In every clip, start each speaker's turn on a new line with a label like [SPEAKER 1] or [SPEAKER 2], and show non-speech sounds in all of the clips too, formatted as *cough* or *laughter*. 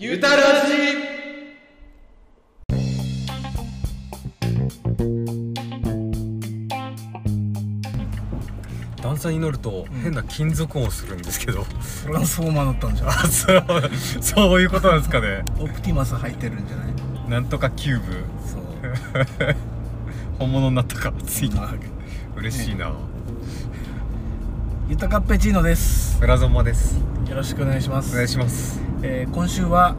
[SPEAKER 1] ゆたらじ
[SPEAKER 2] 段差に乗ると変な金属音するんですけど、 *laughs*
[SPEAKER 3] トランスフォーマーだったんじゃない
[SPEAKER 2] あそうそういうことなんですかね
[SPEAKER 3] オプティマス入ってるんじゃない
[SPEAKER 2] なんとかキューブ
[SPEAKER 3] そう
[SPEAKER 2] 本物になったかついに
[SPEAKER 3] なわけ
[SPEAKER 2] 嬉しいな、
[SPEAKER 3] ゆたかっぺチーノです
[SPEAKER 2] 村園です
[SPEAKER 3] よろしくお願いします
[SPEAKER 2] お願いします
[SPEAKER 3] えー今週は、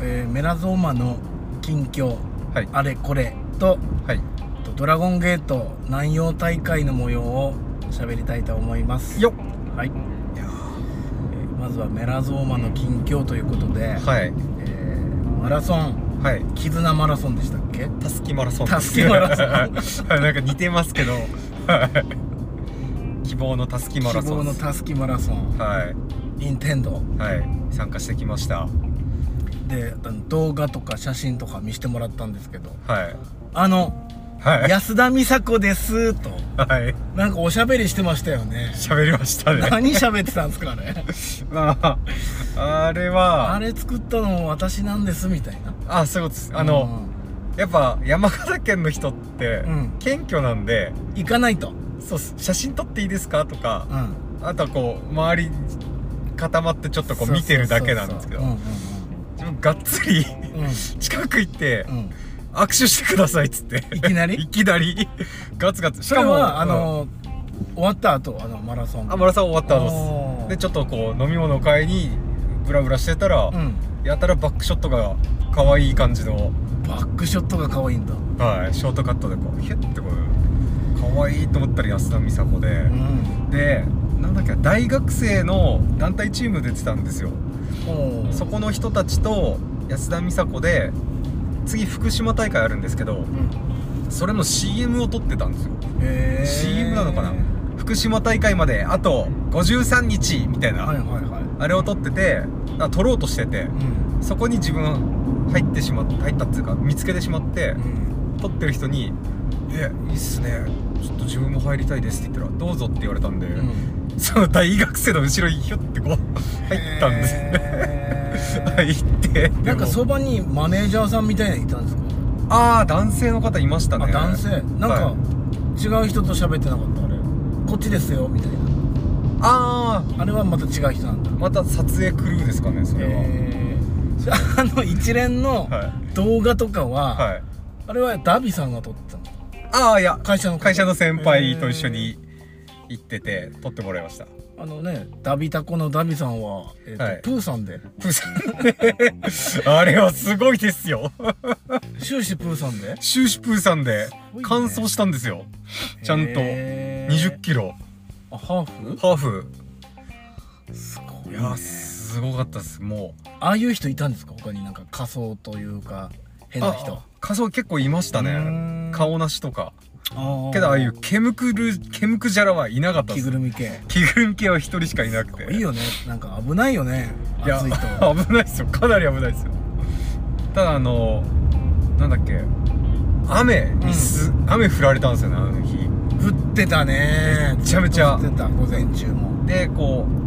[SPEAKER 3] えーメラゾーマの近況
[SPEAKER 2] はい
[SPEAKER 3] あれこれと
[SPEAKER 2] はい
[SPEAKER 3] とドラゴンゲート南洋大会の模様を喋りたいと思います
[SPEAKER 2] よ
[SPEAKER 3] はいえーまずはメラゾーマの近況ということで、
[SPEAKER 2] っはい
[SPEAKER 3] えーマラソン
[SPEAKER 2] はい
[SPEAKER 3] 絆マラソンでしたっけ
[SPEAKER 2] タスキマラソン
[SPEAKER 3] タスキマラソ
[SPEAKER 2] *laughs*
[SPEAKER 3] ン
[SPEAKER 2] はいなんか似てますけどはい希望のタスキマラ
[SPEAKER 3] 希
[SPEAKER 2] ソ
[SPEAKER 3] 望
[SPEAKER 2] ンで
[SPEAKER 3] の
[SPEAKER 2] す
[SPEAKER 3] たすきマラソン
[SPEAKER 2] はい
[SPEAKER 3] 任天堂
[SPEAKER 2] はい参加してきました
[SPEAKER 3] であの動画とか写真とか見せてもらったんですけど
[SPEAKER 2] はい
[SPEAKER 3] あの
[SPEAKER 2] はい
[SPEAKER 3] 安田美沙子ですと
[SPEAKER 2] はい
[SPEAKER 3] なんかおしゃべりしてましたよね
[SPEAKER 2] 喋りましたね *laughs*
[SPEAKER 3] 何喋ってたんですかね
[SPEAKER 2] まああれは
[SPEAKER 3] あれ作ったの私なんですみたいな
[SPEAKER 2] あそういうことですあの、やっぱ山形県の人って
[SPEAKER 3] うん
[SPEAKER 2] 謙虚なんで、
[SPEAKER 3] うん行かないと
[SPEAKER 2] そうっす写真撮っていいですかとか
[SPEAKER 3] う、ん
[SPEAKER 2] あとはこう周り固まってちょっとこう見てるだけなんですけど
[SPEAKER 3] そうそう
[SPEAKER 2] 自分がっつり *laughs*
[SPEAKER 3] そううんうん
[SPEAKER 2] 近く行って
[SPEAKER 3] うんうん
[SPEAKER 2] 握手してくださいっつって
[SPEAKER 3] いきな
[SPEAKER 2] *laughs*
[SPEAKER 3] り
[SPEAKER 2] いきなりガツガツし
[SPEAKER 3] そ
[SPEAKER 2] か
[SPEAKER 3] れ
[SPEAKER 2] も
[SPEAKER 3] はあの終わった後あのマラソ
[SPEAKER 2] う
[SPEAKER 3] ン
[SPEAKER 2] んあ村さん終わった後
[SPEAKER 3] おー
[SPEAKER 2] ですでちょっとこう飲み物を買いにブラブラしてたら、
[SPEAKER 3] うん
[SPEAKER 2] やたらバックショットが可愛い感じの
[SPEAKER 3] バックショットが可愛いんだ
[SPEAKER 2] はい、ショートカットでこうヒュッてこう可愛いと思ったら安田美沙子で、
[SPEAKER 3] うん
[SPEAKER 2] でなんだっけ大学生の団体チーム出てたんですよ
[SPEAKER 3] おー
[SPEAKER 2] そこの人たちと安田美沙子で次福島大会あるんですけど
[SPEAKER 3] うん
[SPEAKER 2] それの CM を撮ってたんですよ
[SPEAKER 3] へー
[SPEAKER 2] CM なのかな福島大会まであと53日みたいな、
[SPEAKER 3] はいはいはい
[SPEAKER 2] あれを撮っててあ撮ろうとしてて
[SPEAKER 3] うん
[SPEAKER 2] そこに自分入ってしまっ入ったっていうか見つけてしまって、
[SPEAKER 3] うん
[SPEAKER 2] 撮ってる人に「えいいっすねちょっと自分も入りたいです」って言ったら「どうぞ」って言われたんで、
[SPEAKER 3] うん
[SPEAKER 2] その大学生の後ろにひょってこう入ったんです
[SPEAKER 3] へ
[SPEAKER 2] *laughs* 入
[SPEAKER 3] ー
[SPEAKER 2] って
[SPEAKER 3] なんか
[SPEAKER 2] でも
[SPEAKER 3] そばにマネージャーさんみたいなのいたんですか、
[SPEAKER 2] ああ男性の方いました
[SPEAKER 3] あ
[SPEAKER 2] ね
[SPEAKER 3] 男性なんか、
[SPEAKER 2] はい
[SPEAKER 3] 違う人と喋ってなかったあれこっちですよみたいな
[SPEAKER 2] ああ
[SPEAKER 3] あれはまた違う人なんだ
[SPEAKER 2] また撮影クルーですかねそれは、
[SPEAKER 3] へえあの一連の
[SPEAKER 2] は
[SPEAKER 3] 動画とかは、
[SPEAKER 2] い、はい、
[SPEAKER 3] あれはダビさんが撮ってたの
[SPEAKER 2] ああいや
[SPEAKER 3] 会社の
[SPEAKER 2] 会社の先輩と一緒に行ってて撮ってもらいました
[SPEAKER 3] あのねダビタコのダビさんは、えーと
[SPEAKER 2] はい
[SPEAKER 3] プーさんで
[SPEAKER 2] プーさんねあれはすごいですよ
[SPEAKER 3] 終始プーさんで
[SPEAKER 2] 終始プーさんで
[SPEAKER 3] ごいね
[SPEAKER 2] 完走したんですよちゃんと
[SPEAKER 3] へー
[SPEAKER 2] 20キロ
[SPEAKER 3] あハー
[SPEAKER 2] ハーフ
[SPEAKER 3] フすご
[SPEAKER 2] い
[SPEAKER 3] い、
[SPEAKER 2] やー
[SPEAKER 3] ね、
[SPEAKER 2] すごかったですもう
[SPEAKER 3] ああいう人いたんですか他になんか仮装というか変な人
[SPEAKER 2] あ仮装結構いました
[SPEAKER 3] うー
[SPEAKER 2] ね
[SPEAKER 3] ん
[SPEAKER 2] 顔なしとか
[SPEAKER 3] あー
[SPEAKER 2] けどああいう煙くる煙くじゃらはいなかったで
[SPEAKER 3] 着
[SPEAKER 2] す
[SPEAKER 3] ぐるみ系
[SPEAKER 2] 着ぐるみ系は一人しかいなくて
[SPEAKER 3] いいよねなんか危ないよね
[SPEAKER 2] いや
[SPEAKER 3] 暑いと
[SPEAKER 2] 危ないですよかなり危ないですよただあのなんだっけ雨にす、雨降られたんですよねあの日
[SPEAKER 3] *laughs* 降ってたね
[SPEAKER 2] めちゃめちゃ
[SPEAKER 3] ずっと降ってた午前中も
[SPEAKER 2] でこう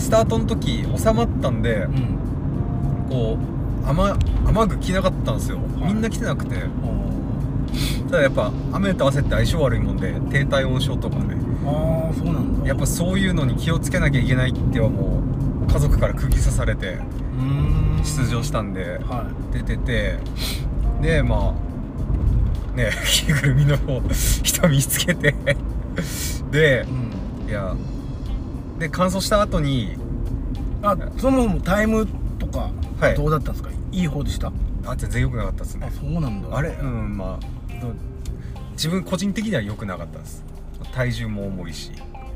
[SPEAKER 2] スタートの時収まったんで
[SPEAKER 3] うん
[SPEAKER 2] こう雨雨具着なかったんですよ、
[SPEAKER 3] はい
[SPEAKER 2] みんな着てなくて
[SPEAKER 3] あ
[SPEAKER 2] ただやっぱ雨と汗って相性悪いもんで低体温症とかね
[SPEAKER 3] ーあーそうなんだ
[SPEAKER 2] やっぱそういうのに気をつけなきゃいけないってはもう家族から釘刺されて
[SPEAKER 3] うーん
[SPEAKER 2] 出場したんで
[SPEAKER 3] は
[SPEAKER 2] 出ててでまあね *laughs* 着ぐるみの人見つけてで
[SPEAKER 3] い、うん、
[SPEAKER 2] いやで乾燥した後に
[SPEAKER 3] あそもそもタイムとか
[SPEAKER 2] はい
[SPEAKER 3] どうだったんですか、い、い方でした
[SPEAKER 2] あ全然良くなかったです
[SPEAKER 3] あ
[SPEAKER 2] ね
[SPEAKER 3] そうなんだ
[SPEAKER 2] あれうんまあど自分個人的には良くなかったです体重も重いし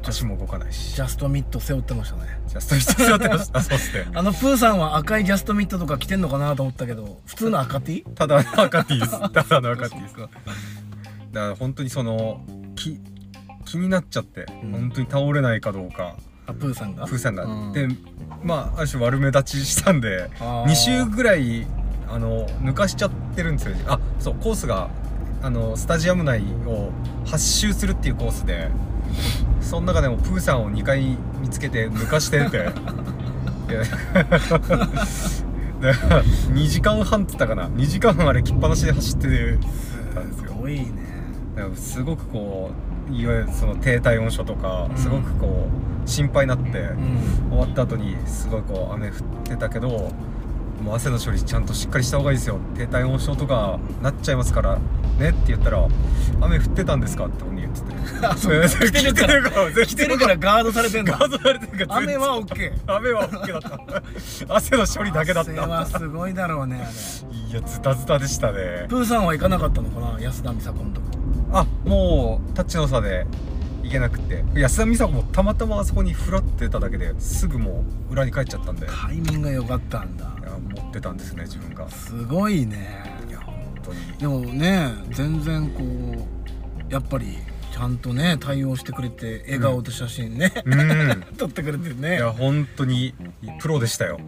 [SPEAKER 2] 足も動かないし
[SPEAKER 3] ジャストミット背負ってましたね
[SPEAKER 2] ジャスト必要ってましたそうっすね
[SPEAKER 3] あのプーさんは赤いジャストミットとか着てんのかなと思ったけど普通の赤 T?
[SPEAKER 2] ただの赤ティーです。ただの赤ティーです。だから本当にその気気になっちゃって、
[SPEAKER 3] うん
[SPEAKER 2] 本当に倒れないかどうか、
[SPEAKER 3] あプーさんが
[SPEAKER 2] 風さんが、
[SPEAKER 3] うん
[SPEAKER 2] で、まあある種悪目立ちしたんで、
[SPEAKER 3] あー
[SPEAKER 2] 2週ぐらいあの抜かしちゃってるんですよ。あ、そうコースがあのスタジアム内を8周するっていうコースで、その中でもプーさんを2回見つけて抜かしてて。いやだから2時間半っつったかな2時間半あれきっぱなしで走ってたんです
[SPEAKER 3] す
[SPEAKER 2] よ
[SPEAKER 3] ごいね
[SPEAKER 2] だからすごくこういわゆるその低体温症とか
[SPEAKER 3] うん
[SPEAKER 2] すごくこう心配になって、
[SPEAKER 3] うん
[SPEAKER 2] 終わった後にすごいこう雨降ってたけどもう汗の処理ちゃんとしっかりした方がいいですよ低体温症とかなっちゃいますからねって言ったら雨降ってたんですかって本人言ってて聞いてるから
[SPEAKER 3] 来
[SPEAKER 2] 聞
[SPEAKER 3] てるからガードされてんだ
[SPEAKER 2] 画像されてるから
[SPEAKER 3] 雨は OK
[SPEAKER 2] 雨は OK だった汗の処理だけだっ
[SPEAKER 3] 汗は
[SPEAKER 2] た
[SPEAKER 3] すごいだろうねあれ
[SPEAKER 2] いやズタズタでしたね
[SPEAKER 3] プーさんは行かなかったのかな安田美沙子のとこ
[SPEAKER 2] あもうタッチの差で行けなくて安田美沙子もたまたまあそこにフラってただけですぐもう裏に帰っちゃったんでい
[SPEAKER 3] タイミングが良かったんだ
[SPEAKER 2] や持ってたんですね自分が
[SPEAKER 3] すごいね
[SPEAKER 2] いや本当に
[SPEAKER 3] でもね全然こうやっぱりちゃんとね対応してくれて笑顔と写真ね、
[SPEAKER 2] うん
[SPEAKER 3] 撮ってくれて
[SPEAKER 2] い
[SPEAKER 3] ね
[SPEAKER 2] や本当にプロでしたよ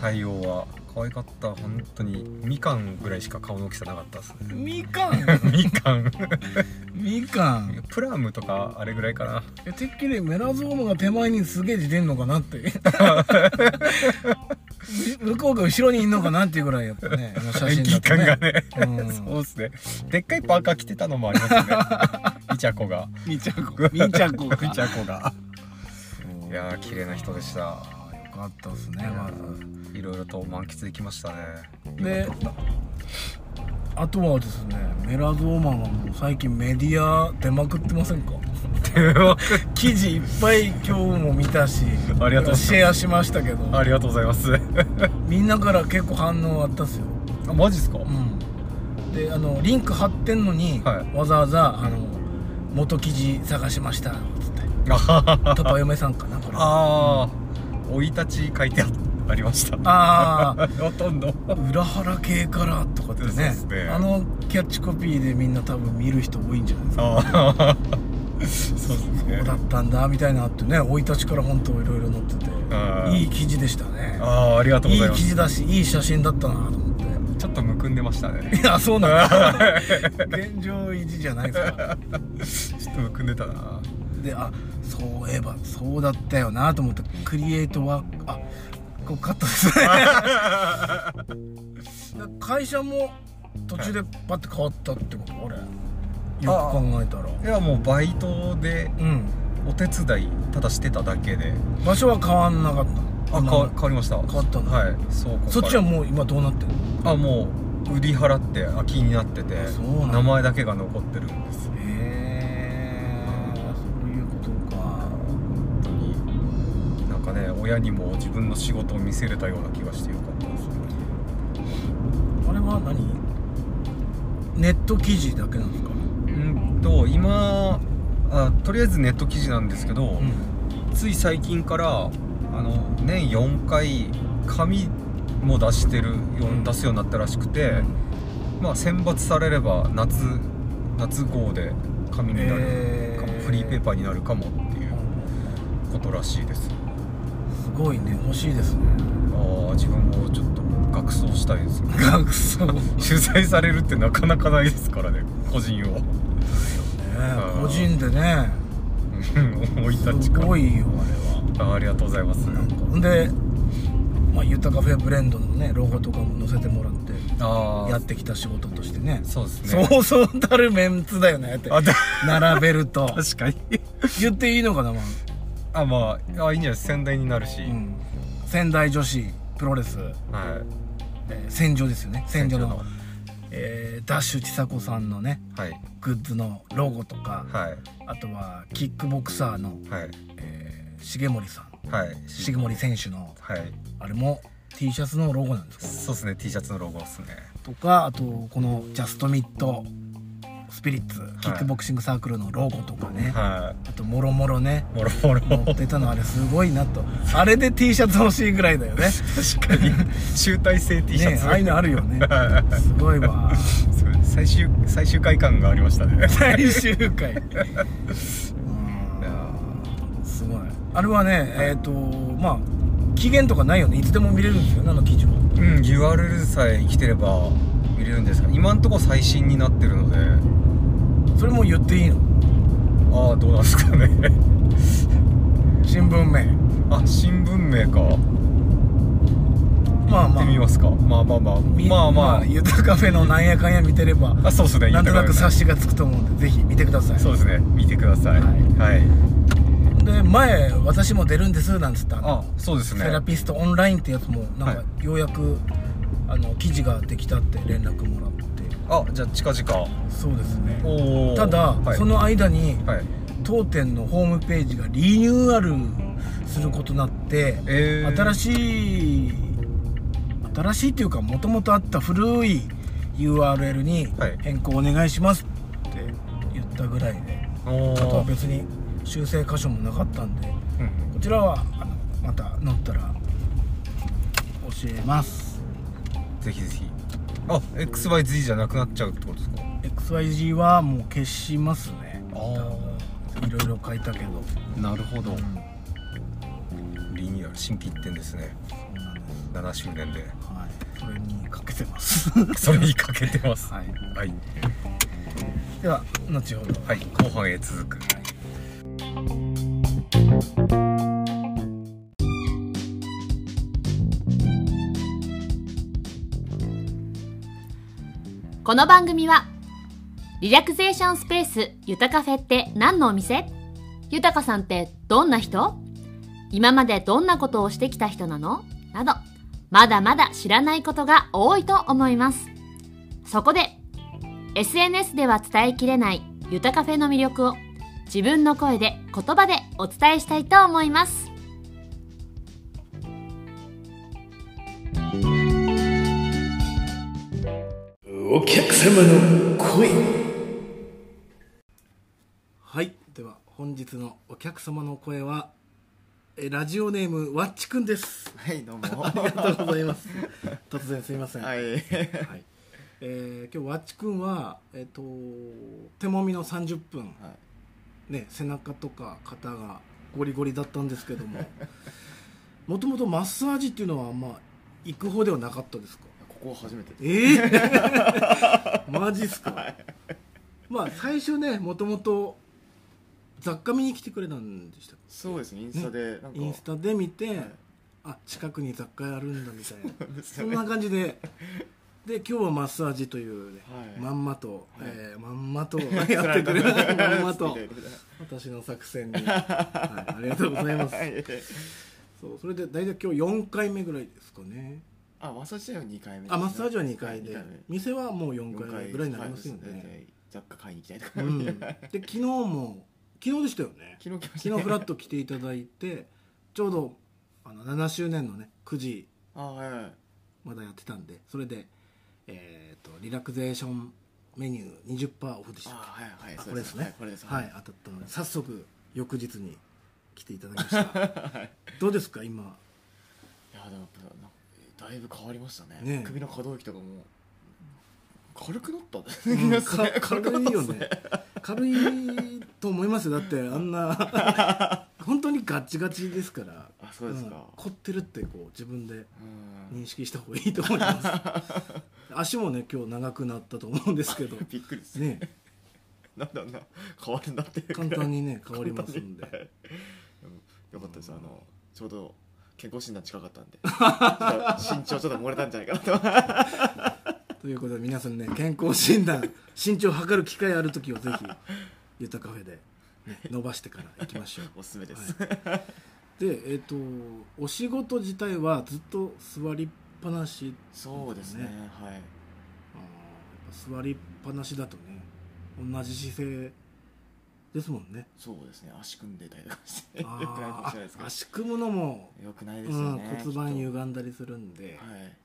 [SPEAKER 2] 対応は可愛かった本当にみかんぐらいしか顔の大きさなかったですね
[SPEAKER 3] みかん
[SPEAKER 2] みかん
[SPEAKER 3] みかん
[SPEAKER 2] プラムとかあれぐらいかな
[SPEAKER 3] えてっきりメラゾームが手前にすげえ出てんのかなって
[SPEAKER 2] *laughs*
[SPEAKER 3] う向こうが後ろにいんのかなっていうぐらいやったねあの写真
[SPEAKER 2] 演技
[SPEAKER 3] だと
[SPEAKER 2] 感 *laughs* が
[SPEAKER 3] ね
[SPEAKER 2] ね、
[SPEAKER 3] うん
[SPEAKER 2] そうですねでっかいパーカー着てたのもありますよねみちゃこが
[SPEAKER 3] みちゃこ *laughs* みちゃこが
[SPEAKER 2] みちゃこがいやー綺麗な人でした
[SPEAKER 3] あーよかったですねまず
[SPEAKER 2] いろいろと満喫できましたね
[SPEAKER 3] であとはですねメラゾーマンはもう最近メディア出まくってませんか
[SPEAKER 2] でも
[SPEAKER 3] 記事いっぱい今日も見たし
[SPEAKER 2] ありがとうございます
[SPEAKER 3] シェアしましたけど
[SPEAKER 2] ありがとうございます
[SPEAKER 3] みんなから結構反応あったっすよ、
[SPEAKER 2] あマジですか、
[SPEAKER 3] うん、であのリンク貼ってんのに、
[SPEAKER 2] はい
[SPEAKER 3] わざわざあの元記事探しましたっ
[SPEAKER 2] *laughs*
[SPEAKER 3] つって
[SPEAKER 2] *laughs* あははは
[SPEAKER 3] パパ嫁さんかなこれあ
[SPEAKER 2] ああ生い立ち書いてあありました
[SPEAKER 3] あ
[SPEAKER 2] ほとんど
[SPEAKER 3] ー裏腹系からとかって
[SPEAKER 2] そうっ
[SPEAKER 3] ね
[SPEAKER 2] すね
[SPEAKER 3] あのキャッチコピーでみんな多分見る人多いんじゃないですか
[SPEAKER 2] ああそうです
[SPEAKER 3] こ
[SPEAKER 2] ね
[SPEAKER 3] うだったんだみたいなのあってね生い立ちから本当いろいろ載ってて
[SPEAKER 2] あー
[SPEAKER 3] いい記事でしたね
[SPEAKER 2] ああありがとう
[SPEAKER 3] い
[SPEAKER 2] ござ
[SPEAKER 3] い
[SPEAKER 2] いま
[SPEAKER 3] 記
[SPEAKER 2] す
[SPEAKER 3] 事だしいい写真だったなと思って
[SPEAKER 2] ちょっとむくんでましたね
[SPEAKER 3] いやそうな
[SPEAKER 2] *laughs*
[SPEAKER 3] んだ現状維持じゃないですか
[SPEAKER 2] ちょっとむくんでたな
[SPEAKER 3] であそういえばそうだったよなと思ってクリエイトはあこうカットです
[SPEAKER 2] *laughs*
[SPEAKER 3] ねで会社も途中でパッて変わったってことあれよく考えたら
[SPEAKER 2] いやもうバイトで
[SPEAKER 3] うん
[SPEAKER 2] お手伝いただしてただけで
[SPEAKER 3] 場所は変わんなかった
[SPEAKER 2] あ
[SPEAKER 3] 今
[SPEAKER 2] か変わりました変
[SPEAKER 3] 変わったんだ
[SPEAKER 2] はいそう
[SPEAKER 3] そっちは
[SPEAKER 2] も
[SPEAKER 3] もう今どうなってるの
[SPEAKER 2] あもう売り払って空きになってて
[SPEAKER 3] あそうなんだ
[SPEAKER 2] 名前だけが残ってるんです
[SPEAKER 3] へえそういうことか
[SPEAKER 2] 本当になんかね親にも自分の仕事を見せれたような気がしてよかったです
[SPEAKER 3] あれは何ネット記事だけなんですか
[SPEAKER 2] うんと今あとりあえずネット記事なんですけど、
[SPEAKER 3] ん
[SPEAKER 2] つい最近からあの年4回紙も出してるよう、
[SPEAKER 3] うん
[SPEAKER 2] 出すようになったらしくて、まあ選抜されれば夏夏号で紙になるかも、
[SPEAKER 3] へー
[SPEAKER 2] フリーペーパーになるかもっていうことらしいです
[SPEAKER 3] すごいね欲しいですね
[SPEAKER 2] ああ自分もちょっと学装したいですよ
[SPEAKER 3] 学装ね
[SPEAKER 2] 取材されるってなかなかないですからね個人をん
[SPEAKER 3] 個人でね
[SPEAKER 2] 思い立
[SPEAKER 3] す
[SPEAKER 2] ちか
[SPEAKER 3] ごいよあ
[SPEAKER 2] あありがとうございます
[SPEAKER 3] れはなんかほんでまあゆたカフェブレンドのねロゴとかも載せてもらって
[SPEAKER 2] あ
[SPEAKER 3] や
[SPEAKER 2] あ
[SPEAKER 3] ってきた仕事としてね
[SPEAKER 2] そうですね
[SPEAKER 3] そうそうたるメンツだよねって
[SPEAKER 2] あだ
[SPEAKER 3] 並べ
[SPEAKER 2] *laughs*
[SPEAKER 3] ると
[SPEAKER 2] 確かに
[SPEAKER 3] 言っていいのかなまあ
[SPEAKER 2] あまああいいんじゃないです仙台になるし、
[SPEAKER 3] うん仙台女子プロレス
[SPEAKER 2] はい
[SPEAKER 3] えー戦場ですよね戦場の
[SPEAKER 2] 戦場の
[SPEAKER 3] えーダッシュ千佐子さんのね
[SPEAKER 2] はい
[SPEAKER 3] グッズのロゴとか
[SPEAKER 2] はい
[SPEAKER 3] あとはキックボクサーの、
[SPEAKER 2] はい
[SPEAKER 3] えー重森さん
[SPEAKER 2] はい
[SPEAKER 3] 重森選手の
[SPEAKER 2] はい
[SPEAKER 3] あれも T シャツのロゴなんですか
[SPEAKER 2] そうですね T シャツのロゴですね
[SPEAKER 3] とかあとこのジャストミッドスピリッツキックボクシングサークルのロゴとかね、
[SPEAKER 2] は
[SPEAKER 3] あともろもろね
[SPEAKER 2] いもろもろ
[SPEAKER 3] 持ってたのあれすごいなとあれで T シャツ欲しいぐらいだよ *laughs* ね
[SPEAKER 2] 確かに集大成 T シャ
[SPEAKER 3] ね
[SPEAKER 2] ツ、
[SPEAKER 3] ああいうのあるよねすごいわ *laughs*
[SPEAKER 2] そう最終最終回感がありましたね
[SPEAKER 3] 最終 *laughs* 回うん
[SPEAKER 2] いや
[SPEAKER 3] すごいあれはね、えっ、とまあ期限とかないよねいつでも見れるんですよねあの記事は
[SPEAKER 2] ーうん URL さえ生きてれば見れるんですが今んとこ最新になってるので
[SPEAKER 3] それも言っていいの
[SPEAKER 2] ああどうなんですかね *laughs*
[SPEAKER 3] 新聞名
[SPEAKER 2] あ新聞名か
[SPEAKER 3] まあ
[SPEAKER 2] 行っ
[SPEAKER 3] ま
[SPEAKER 2] て
[SPEAKER 3] あ
[SPEAKER 2] みますかまあまあまあ
[SPEAKER 3] み
[SPEAKER 2] まあま
[SPEAKER 3] ゆたカフェのなんやかんや見てれば
[SPEAKER 2] ああそうですね
[SPEAKER 3] なんとなく
[SPEAKER 2] 豊か
[SPEAKER 3] 察しがつくと思うんでぜひ見てください
[SPEAKER 2] そうですね見てください
[SPEAKER 3] は
[SPEAKER 2] はい、
[SPEAKER 3] で前私も出るんですなんつったあの
[SPEAKER 2] あそうですね
[SPEAKER 3] セラピストオンラインってやつもなん
[SPEAKER 2] は
[SPEAKER 3] かようやく、あの記事ができたって連絡もらって
[SPEAKER 2] あじゃあ近々
[SPEAKER 3] そうですね
[SPEAKER 2] おお
[SPEAKER 3] ただ、
[SPEAKER 2] はい、
[SPEAKER 3] その間に
[SPEAKER 2] はい
[SPEAKER 3] 当店のホームページがリニューアルすることになって、
[SPEAKER 2] えー、
[SPEAKER 3] 新
[SPEAKER 2] し
[SPEAKER 3] しい新しいっていうかもともとあった古い URL に
[SPEAKER 2] はい
[SPEAKER 3] 変更お願いしますって言ったぐらいで、
[SPEAKER 2] お
[SPEAKER 3] あとは
[SPEAKER 2] ー
[SPEAKER 3] 別に修正箇所もなかったんで
[SPEAKER 2] うん
[SPEAKER 3] こちらはあのまた乗ったら教えます
[SPEAKER 2] ぜひぜひあ XYZ じゃなくなっちゃうってことですか
[SPEAKER 3] XYG はもう消しますね
[SPEAKER 2] あ
[SPEAKER 3] いろいろ書いたけど、
[SPEAKER 2] なるほど
[SPEAKER 3] うん
[SPEAKER 2] リニューアル新規一点ですね
[SPEAKER 3] そうなんです
[SPEAKER 2] 7周年で
[SPEAKER 3] はい、それにかけてます。
[SPEAKER 2] *laughs*
[SPEAKER 3] *laughs*
[SPEAKER 2] それにかけてます
[SPEAKER 3] はい、
[SPEAKER 2] はい
[SPEAKER 3] では、後ほど。
[SPEAKER 2] はい後半へ続く
[SPEAKER 1] この番組はリラクゼーションスペースゆたカフェって何のお店ゆたかさんってどんな人今までどんなことをしてきた人なのなどまだまだ知らないことが多いと思いますそこで SNS では伝えきれないゆたカフェの魅力を自分の声で言葉でお伝えしたいと思います
[SPEAKER 3] お客様の声。はい、では、本日のお客様の声は。え、ラジオネームわっちくんです。
[SPEAKER 4] はい、どうも。
[SPEAKER 3] ありがとうございます。突然すみません。
[SPEAKER 4] は
[SPEAKER 3] はい。
[SPEAKER 4] い。
[SPEAKER 3] えー今日わっちくんは、えっ、と、手もみの30分。
[SPEAKER 4] はい
[SPEAKER 3] ね、背中とか肩がゴリゴリだったんですけどももともとマッサージっていうのはまあ行く方ではなかったですか
[SPEAKER 4] ここは初めてです。
[SPEAKER 3] ええ
[SPEAKER 4] *laughs*
[SPEAKER 3] マジっすか、まあ最初ねもともと雑貨見に来てくれたんでしたっ
[SPEAKER 4] そうですね、インスタで、なん
[SPEAKER 3] け
[SPEAKER 4] か。
[SPEAKER 3] インスタで見て、
[SPEAKER 4] はい
[SPEAKER 3] あ近くに雑貨屋あるんだみたいな
[SPEAKER 4] なんです
[SPEAKER 3] そ
[SPEAKER 4] よ
[SPEAKER 3] ん
[SPEAKER 4] ね。
[SPEAKER 3] な感じでで今日はマッサージというね、
[SPEAKER 4] はい
[SPEAKER 3] まんまと、
[SPEAKER 4] はい
[SPEAKER 3] えーまん
[SPEAKER 4] *laughs*
[SPEAKER 3] まとやってくれまんまと。私の作戦
[SPEAKER 4] *laughs*
[SPEAKER 3] に、はい、ありがとうございます、
[SPEAKER 4] はい
[SPEAKER 3] そうそれで大体今日4回目ぐらいですかね
[SPEAKER 4] あ、マッサージは二回目ですね。
[SPEAKER 3] あマッサージは2回で
[SPEAKER 4] 二目
[SPEAKER 3] 店はもう4
[SPEAKER 4] 四
[SPEAKER 3] 回ぐらいになりますよね、。
[SPEAKER 4] 雑貨買いに行きたいとか。
[SPEAKER 3] うん、 *laughs* で昨日も昨日でしたよね
[SPEAKER 4] 昨日来ました
[SPEAKER 3] 昨日
[SPEAKER 4] ね。
[SPEAKER 3] フラッと来ていただいてちょうどあの7周年のね9時
[SPEAKER 4] あ、はいはい。
[SPEAKER 3] まだやってたんでそれで、えー、とリラクゼーションメニュー20%オフでし
[SPEAKER 4] あ、
[SPEAKER 3] たっけ
[SPEAKER 4] はいはい。
[SPEAKER 3] あ
[SPEAKER 4] そ
[SPEAKER 3] こ
[SPEAKER 4] う
[SPEAKER 3] れですね
[SPEAKER 4] はいこれです。
[SPEAKER 3] はい。当たったので早速翌日に来ていただきましたどうですか今
[SPEAKER 4] いや、でもやっぱ、なんかだいぶ変わりました
[SPEAKER 3] ね
[SPEAKER 4] ね。首の可動域とかも。軽くなったね。
[SPEAKER 3] うん
[SPEAKER 4] それ
[SPEAKER 3] か軽いよね軽いと思いますよだってあんな
[SPEAKER 4] *laughs*
[SPEAKER 3] 本当にガッチガチですから
[SPEAKER 4] あ、そうですか
[SPEAKER 3] ん。凝ってるってこう自分で
[SPEAKER 4] うん
[SPEAKER 3] 認識した方がいいと思い
[SPEAKER 4] *laughs*
[SPEAKER 3] ます足もね今日長くなったと思うんですけど
[SPEAKER 4] *laughs* びっくりです。
[SPEAKER 3] ね
[SPEAKER 4] なんだあんな変わるんだっていう
[SPEAKER 3] 簡単
[SPEAKER 4] に
[SPEAKER 3] にね変わりますんで
[SPEAKER 4] よかったですあのちょうど健康診断近かったんで *laughs* ちょっと身長ちょっと漏れたんじゃ *laughs* ないかなと
[SPEAKER 3] ということで皆さんね健康診断身長を測る機会ある時はぜひゆたカフェで、ね、伸ばしてから行きましょう
[SPEAKER 4] おすすめです、
[SPEAKER 3] でえっ、とお仕事自体はずっと座りっぱなし
[SPEAKER 4] *laughs* そうですね
[SPEAKER 3] ね
[SPEAKER 4] はい
[SPEAKER 3] あーやっぱ座りっぱなしだとね同じ姿勢ですもんね
[SPEAKER 4] そうですね足組んでたりとかしてよくないかも
[SPEAKER 3] あ
[SPEAKER 4] しれないです
[SPEAKER 3] ー
[SPEAKER 4] け
[SPEAKER 3] 足組むのも、
[SPEAKER 4] どよくないうですよ
[SPEAKER 3] ん、
[SPEAKER 4] ね、
[SPEAKER 3] 骨盤
[SPEAKER 4] きっ
[SPEAKER 3] 歪んだりするんで
[SPEAKER 4] と、はい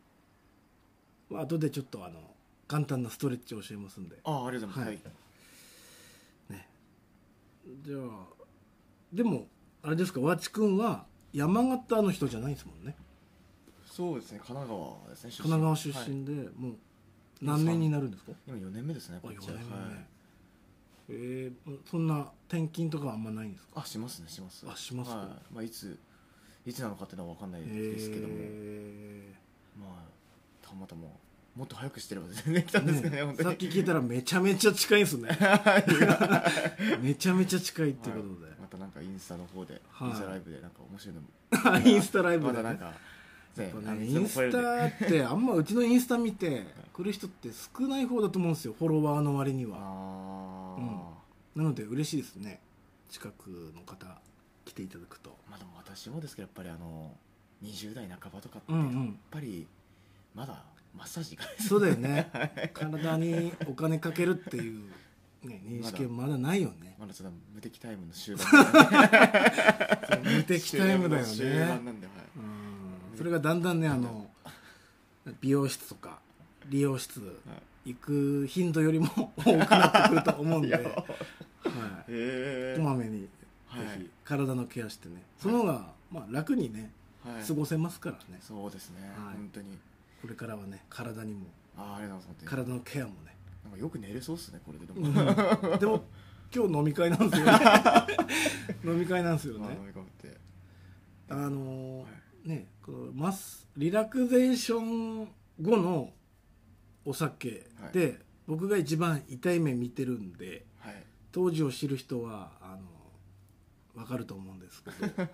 [SPEAKER 3] まあ後でちょっとあの簡単なストレッチ教えますんで
[SPEAKER 4] ああありがとうございます、
[SPEAKER 3] は
[SPEAKER 4] はいい
[SPEAKER 3] じゃあでもあれですかわちくんは山形の人じゃないですもんね
[SPEAKER 4] そうですね神奈川ですね
[SPEAKER 3] 神奈川出
[SPEAKER 4] はい
[SPEAKER 3] 身で、もう何年になるんですか
[SPEAKER 4] 今4年目ですね
[SPEAKER 3] あ
[SPEAKER 4] こっ
[SPEAKER 3] 4
[SPEAKER 4] ち
[SPEAKER 3] 年
[SPEAKER 4] は
[SPEAKER 3] 目、
[SPEAKER 4] はい
[SPEAKER 3] えーそんな転勤とかはあんまないんですか
[SPEAKER 4] あしますねします
[SPEAKER 3] あしますか
[SPEAKER 4] はいまあ、いついつなのかっていうのは分かんないですけども、
[SPEAKER 3] え
[SPEAKER 4] まあたまたまもっと早くしてれば全然来た
[SPEAKER 3] ー
[SPEAKER 4] んですけどね
[SPEAKER 3] ね
[SPEAKER 4] 本当に
[SPEAKER 3] さっき聞いたらめちゃめちゃ近いんですねめちゃめちゃ近いってこと
[SPEAKER 4] はいまたなんかインスタの方で、
[SPEAKER 3] はい
[SPEAKER 4] インスタライブでなんか面白いのも
[SPEAKER 3] で、インスタライブ
[SPEAKER 4] ま
[SPEAKER 3] で、
[SPEAKER 4] だなん
[SPEAKER 3] ね、
[SPEAKER 4] かね
[SPEAKER 3] やっぱ
[SPEAKER 4] あの
[SPEAKER 3] ねイ
[SPEAKER 4] いつで
[SPEAKER 3] ン
[SPEAKER 4] も超え
[SPEAKER 3] ス
[SPEAKER 4] るね
[SPEAKER 3] タってあんまうちのインスタ見て来る人って少ない方だと思うんですよフォロワーの割には
[SPEAKER 4] あー、
[SPEAKER 3] うんなので嬉しいですね近くの方来ていただくと
[SPEAKER 4] まあでも私もですけどやっぱりあの20代半ばとかって、
[SPEAKER 3] うんう
[SPEAKER 4] やっ
[SPEAKER 3] ん
[SPEAKER 4] ぱりまだマッサージ行かないです
[SPEAKER 3] そうだよね体にお金かけるっていう、ね、認識はまだないよね
[SPEAKER 4] *laughs* まだちょっと無敵タイムの終盤
[SPEAKER 3] *laughs* 無敵タイムだよ
[SPEAKER 4] 終盤
[SPEAKER 3] ね
[SPEAKER 4] なんで、はい、
[SPEAKER 3] うんそれがだんだんねあの美容室とか理容室行く頻度よりも多くなってくると思
[SPEAKER 4] *laughs*
[SPEAKER 3] うんで、
[SPEAKER 4] や
[SPEAKER 3] は
[SPEAKER 4] ば
[SPEAKER 3] い、
[SPEAKER 4] え
[SPEAKER 3] こまめに
[SPEAKER 4] はい
[SPEAKER 3] ぜひ体のケアしてね、その方がまあ楽にね、
[SPEAKER 4] はい、
[SPEAKER 3] 過ごせますからね
[SPEAKER 4] そうですね、
[SPEAKER 3] はい
[SPEAKER 4] 本当に
[SPEAKER 3] これからはね体にも
[SPEAKER 4] ああありがとうございます本
[SPEAKER 3] 体のケアもね、
[SPEAKER 4] 当になんかよく寝れそうっすねこれでで *laughs* も、まあ
[SPEAKER 3] うんでも今日飲み会なんですよね
[SPEAKER 4] *laughs*
[SPEAKER 3] 飲み会なんですよね
[SPEAKER 4] 飲み込むって
[SPEAKER 3] あのー
[SPEAKER 4] は
[SPEAKER 3] ねこのマスリラクゼーション後のお酒で、僕が一番痛い目見てるんで
[SPEAKER 4] はい
[SPEAKER 3] 当時を知る人はあの分かると思うんですけ
[SPEAKER 4] *laughs*
[SPEAKER 3] ど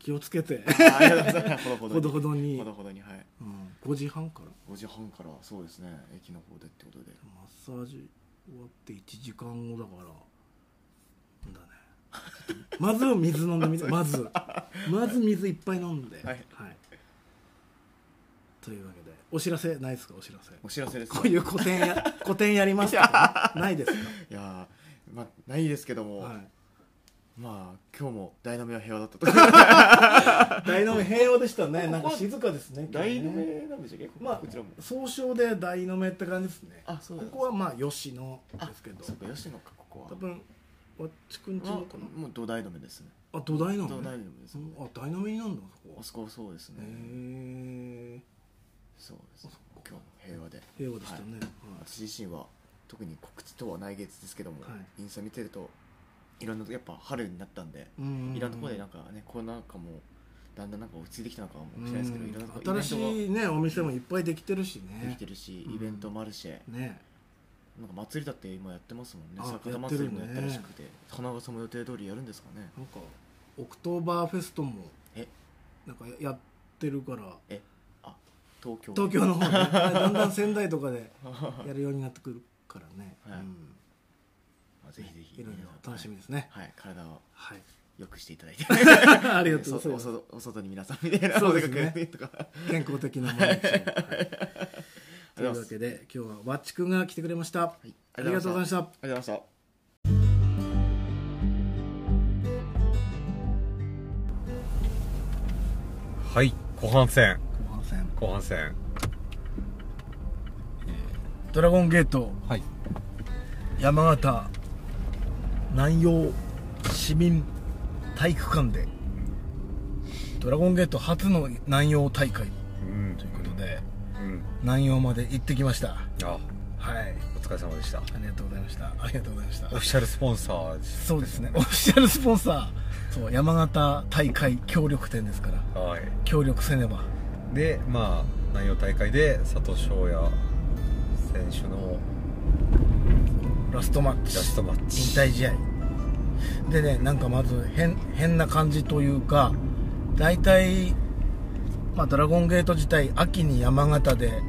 [SPEAKER 3] 気をつけて *laughs*
[SPEAKER 4] あーありがとうございますほど *laughs* ほど
[SPEAKER 3] ほどほど
[SPEAKER 4] に
[SPEAKER 3] に
[SPEAKER 4] ほどほどにはい
[SPEAKER 3] うん、5時半から
[SPEAKER 4] 5時半からそうですね駅の方でってことで
[SPEAKER 3] マッサージ終わって1時間後だからなんだね *laughs* まずは水飲んで
[SPEAKER 4] *laughs*
[SPEAKER 3] みてまずまず水いっぱい飲んで
[SPEAKER 4] はい
[SPEAKER 3] というわけでお知らせないですかお知らせ
[SPEAKER 4] お知らせですね
[SPEAKER 3] こういう古典
[SPEAKER 4] *laughs*
[SPEAKER 3] や古典やりますか、ないです
[SPEAKER 4] いやーまあないですけど
[SPEAKER 3] か、
[SPEAKER 4] も、
[SPEAKER 3] はい、
[SPEAKER 4] まあ今日もダイナメは平和だった
[SPEAKER 3] *laughs*
[SPEAKER 4] とダ
[SPEAKER 3] 大の目平和でしたね
[SPEAKER 4] ここ
[SPEAKER 3] なんか静かですね今日ね
[SPEAKER 4] なんでしたっけ
[SPEAKER 3] まあ
[SPEAKER 4] こちらも
[SPEAKER 3] 総称で大の目って感じですね
[SPEAKER 4] あそ
[SPEAKER 3] こ
[SPEAKER 4] うなんです
[SPEAKER 3] こはまあ吉野ですけど
[SPEAKER 4] そっか吉野かここは
[SPEAKER 3] 多分わっちくんち
[SPEAKER 4] まあ
[SPEAKER 3] のかな
[SPEAKER 4] もう土台止めですね
[SPEAKER 3] あ土台な
[SPEAKER 4] 土
[SPEAKER 3] の、
[SPEAKER 4] 台
[SPEAKER 3] ね
[SPEAKER 4] 止めです
[SPEAKER 3] う
[SPEAKER 4] ね
[SPEAKER 3] んあダイナミなんだそこ
[SPEAKER 4] あ
[SPEAKER 3] は
[SPEAKER 4] そこはそうですね
[SPEAKER 3] へえ
[SPEAKER 4] そうです
[SPEAKER 3] あ
[SPEAKER 4] ね
[SPEAKER 3] そ
[SPEAKER 4] 今日も平和で
[SPEAKER 3] 平和でしたね、はい
[SPEAKER 4] 私自身は特に告知とはない月ですけども、
[SPEAKER 3] はい
[SPEAKER 4] インスタ見てるといろんなやっぱ春になったんで、
[SPEAKER 3] うん
[SPEAKER 4] いろんなところでなんかねコロナ禍もだんだんなんか落ち着いてきたのかもしれないですけど、いろんなとこ
[SPEAKER 3] うん新し
[SPEAKER 4] イベン
[SPEAKER 3] いねお店もいっぱいできてるし
[SPEAKER 4] トができ
[SPEAKER 3] ね
[SPEAKER 4] てるし、
[SPEAKER 3] うん
[SPEAKER 4] イベントもあるし、
[SPEAKER 3] ね
[SPEAKER 4] なんか祭りだって今やってますもんね
[SPEAKER 3] あ
[SPEAKER 4] 酒田
[SPEAKER 3] やってる
[SPEAKER 4] 祭
[SPEAKER 3] ね
[SPEAKER 4] りもやったらしくて花笠も予定通りやるんですかね
[SPEAKER 3] なんかオクトーバーフェストも
[SPEAKER 4] え
[SPEAKER 3] なんかやってるから
[SPEAKER 4] 東京
[SPEAKER 3] 東京の方 *laughs* ねだんだん仙台とか *laughs* で
[SPEAKER 4] は
[SPEAKER 3] やるようになってくるからね、
[SPEAKER 4] はい
[SPEAKER 3] うん
[SPEAKER 4] いぜひぜひ
[SPEAKER 3] いろいろ楽しみ
[SPEAKER 4] で
[SPEAKER 3] ですね
[SPEAKER 4] すはい体を
[SPEAKER 3] はい
[SPEAKER 4] 良くしていただい
[SPEAKER 3] *laughs*
[SPEAKER 4] て
[SPEAKER 3] ありがとうございま
[SPEAKER 4] お
[SPEAKER 3] す
[SPEAKER 4] おおお外に皆さんみたいな
[SPEAKER 3] そうですね
[SPEAKER 4] お出かけとか
[SPEAKER 3] 健康的 *laughs* な毎日を、はい、と
[SPEAKER 4] あり
[SPEAKER 3] い
[SPEAKER 4] がとうございます
[SPEAKER 3] うわけで今日はわっちくんが来てくれました、ありがとうございました
[SPEAKER 4] あ
[SPEAKER 3] た
[SPEAKER 4] りがとうございました
[SPEAKER 2] *laughs* はい後半戦
[SPEAKER 3] 後半戦
[SPEAKER 2] 後半戦
[SPEAKER 3] ドラゴンゲート
[SPEAKER 2] はい
[SPEAKER 3] 山形南陽市民体育館でドラゴンゲート初の南陽大会
[SPEAKER 2] うん
[SPEAKER 3] ということで
[SPEAKER 2] うん
[SPEAKER 3] 南陽まで行ってきました
[SPEAKER 2] あ
[SPEAKER 3] はい
[SPEAKER 2] お疲れ様でした
[SPEAKER 3] ありがとうございましたありがとうございました
[SPEAKER 2] オフィシャルスポンサーです
[SPEAKER 3] そうですねオフィシャルスポンサーそう山形大会協力店ですから
[SPEAKER 2] はい
[SPEAKER 3] 協力せねば
[SPEAKER 2] でまあ南洋大会で佐藤翔也選手の
[SPEAKER 3] ラストマッ
[SPEAKER 2] ラ
[SPEAKER 3] チ
[SPEAKER 2] ストマッチ
[SPEAKER 3] 引退試合でねなんかまず変変な感じというか大体、まあ、ドラゴンゲート自体秋に山形で、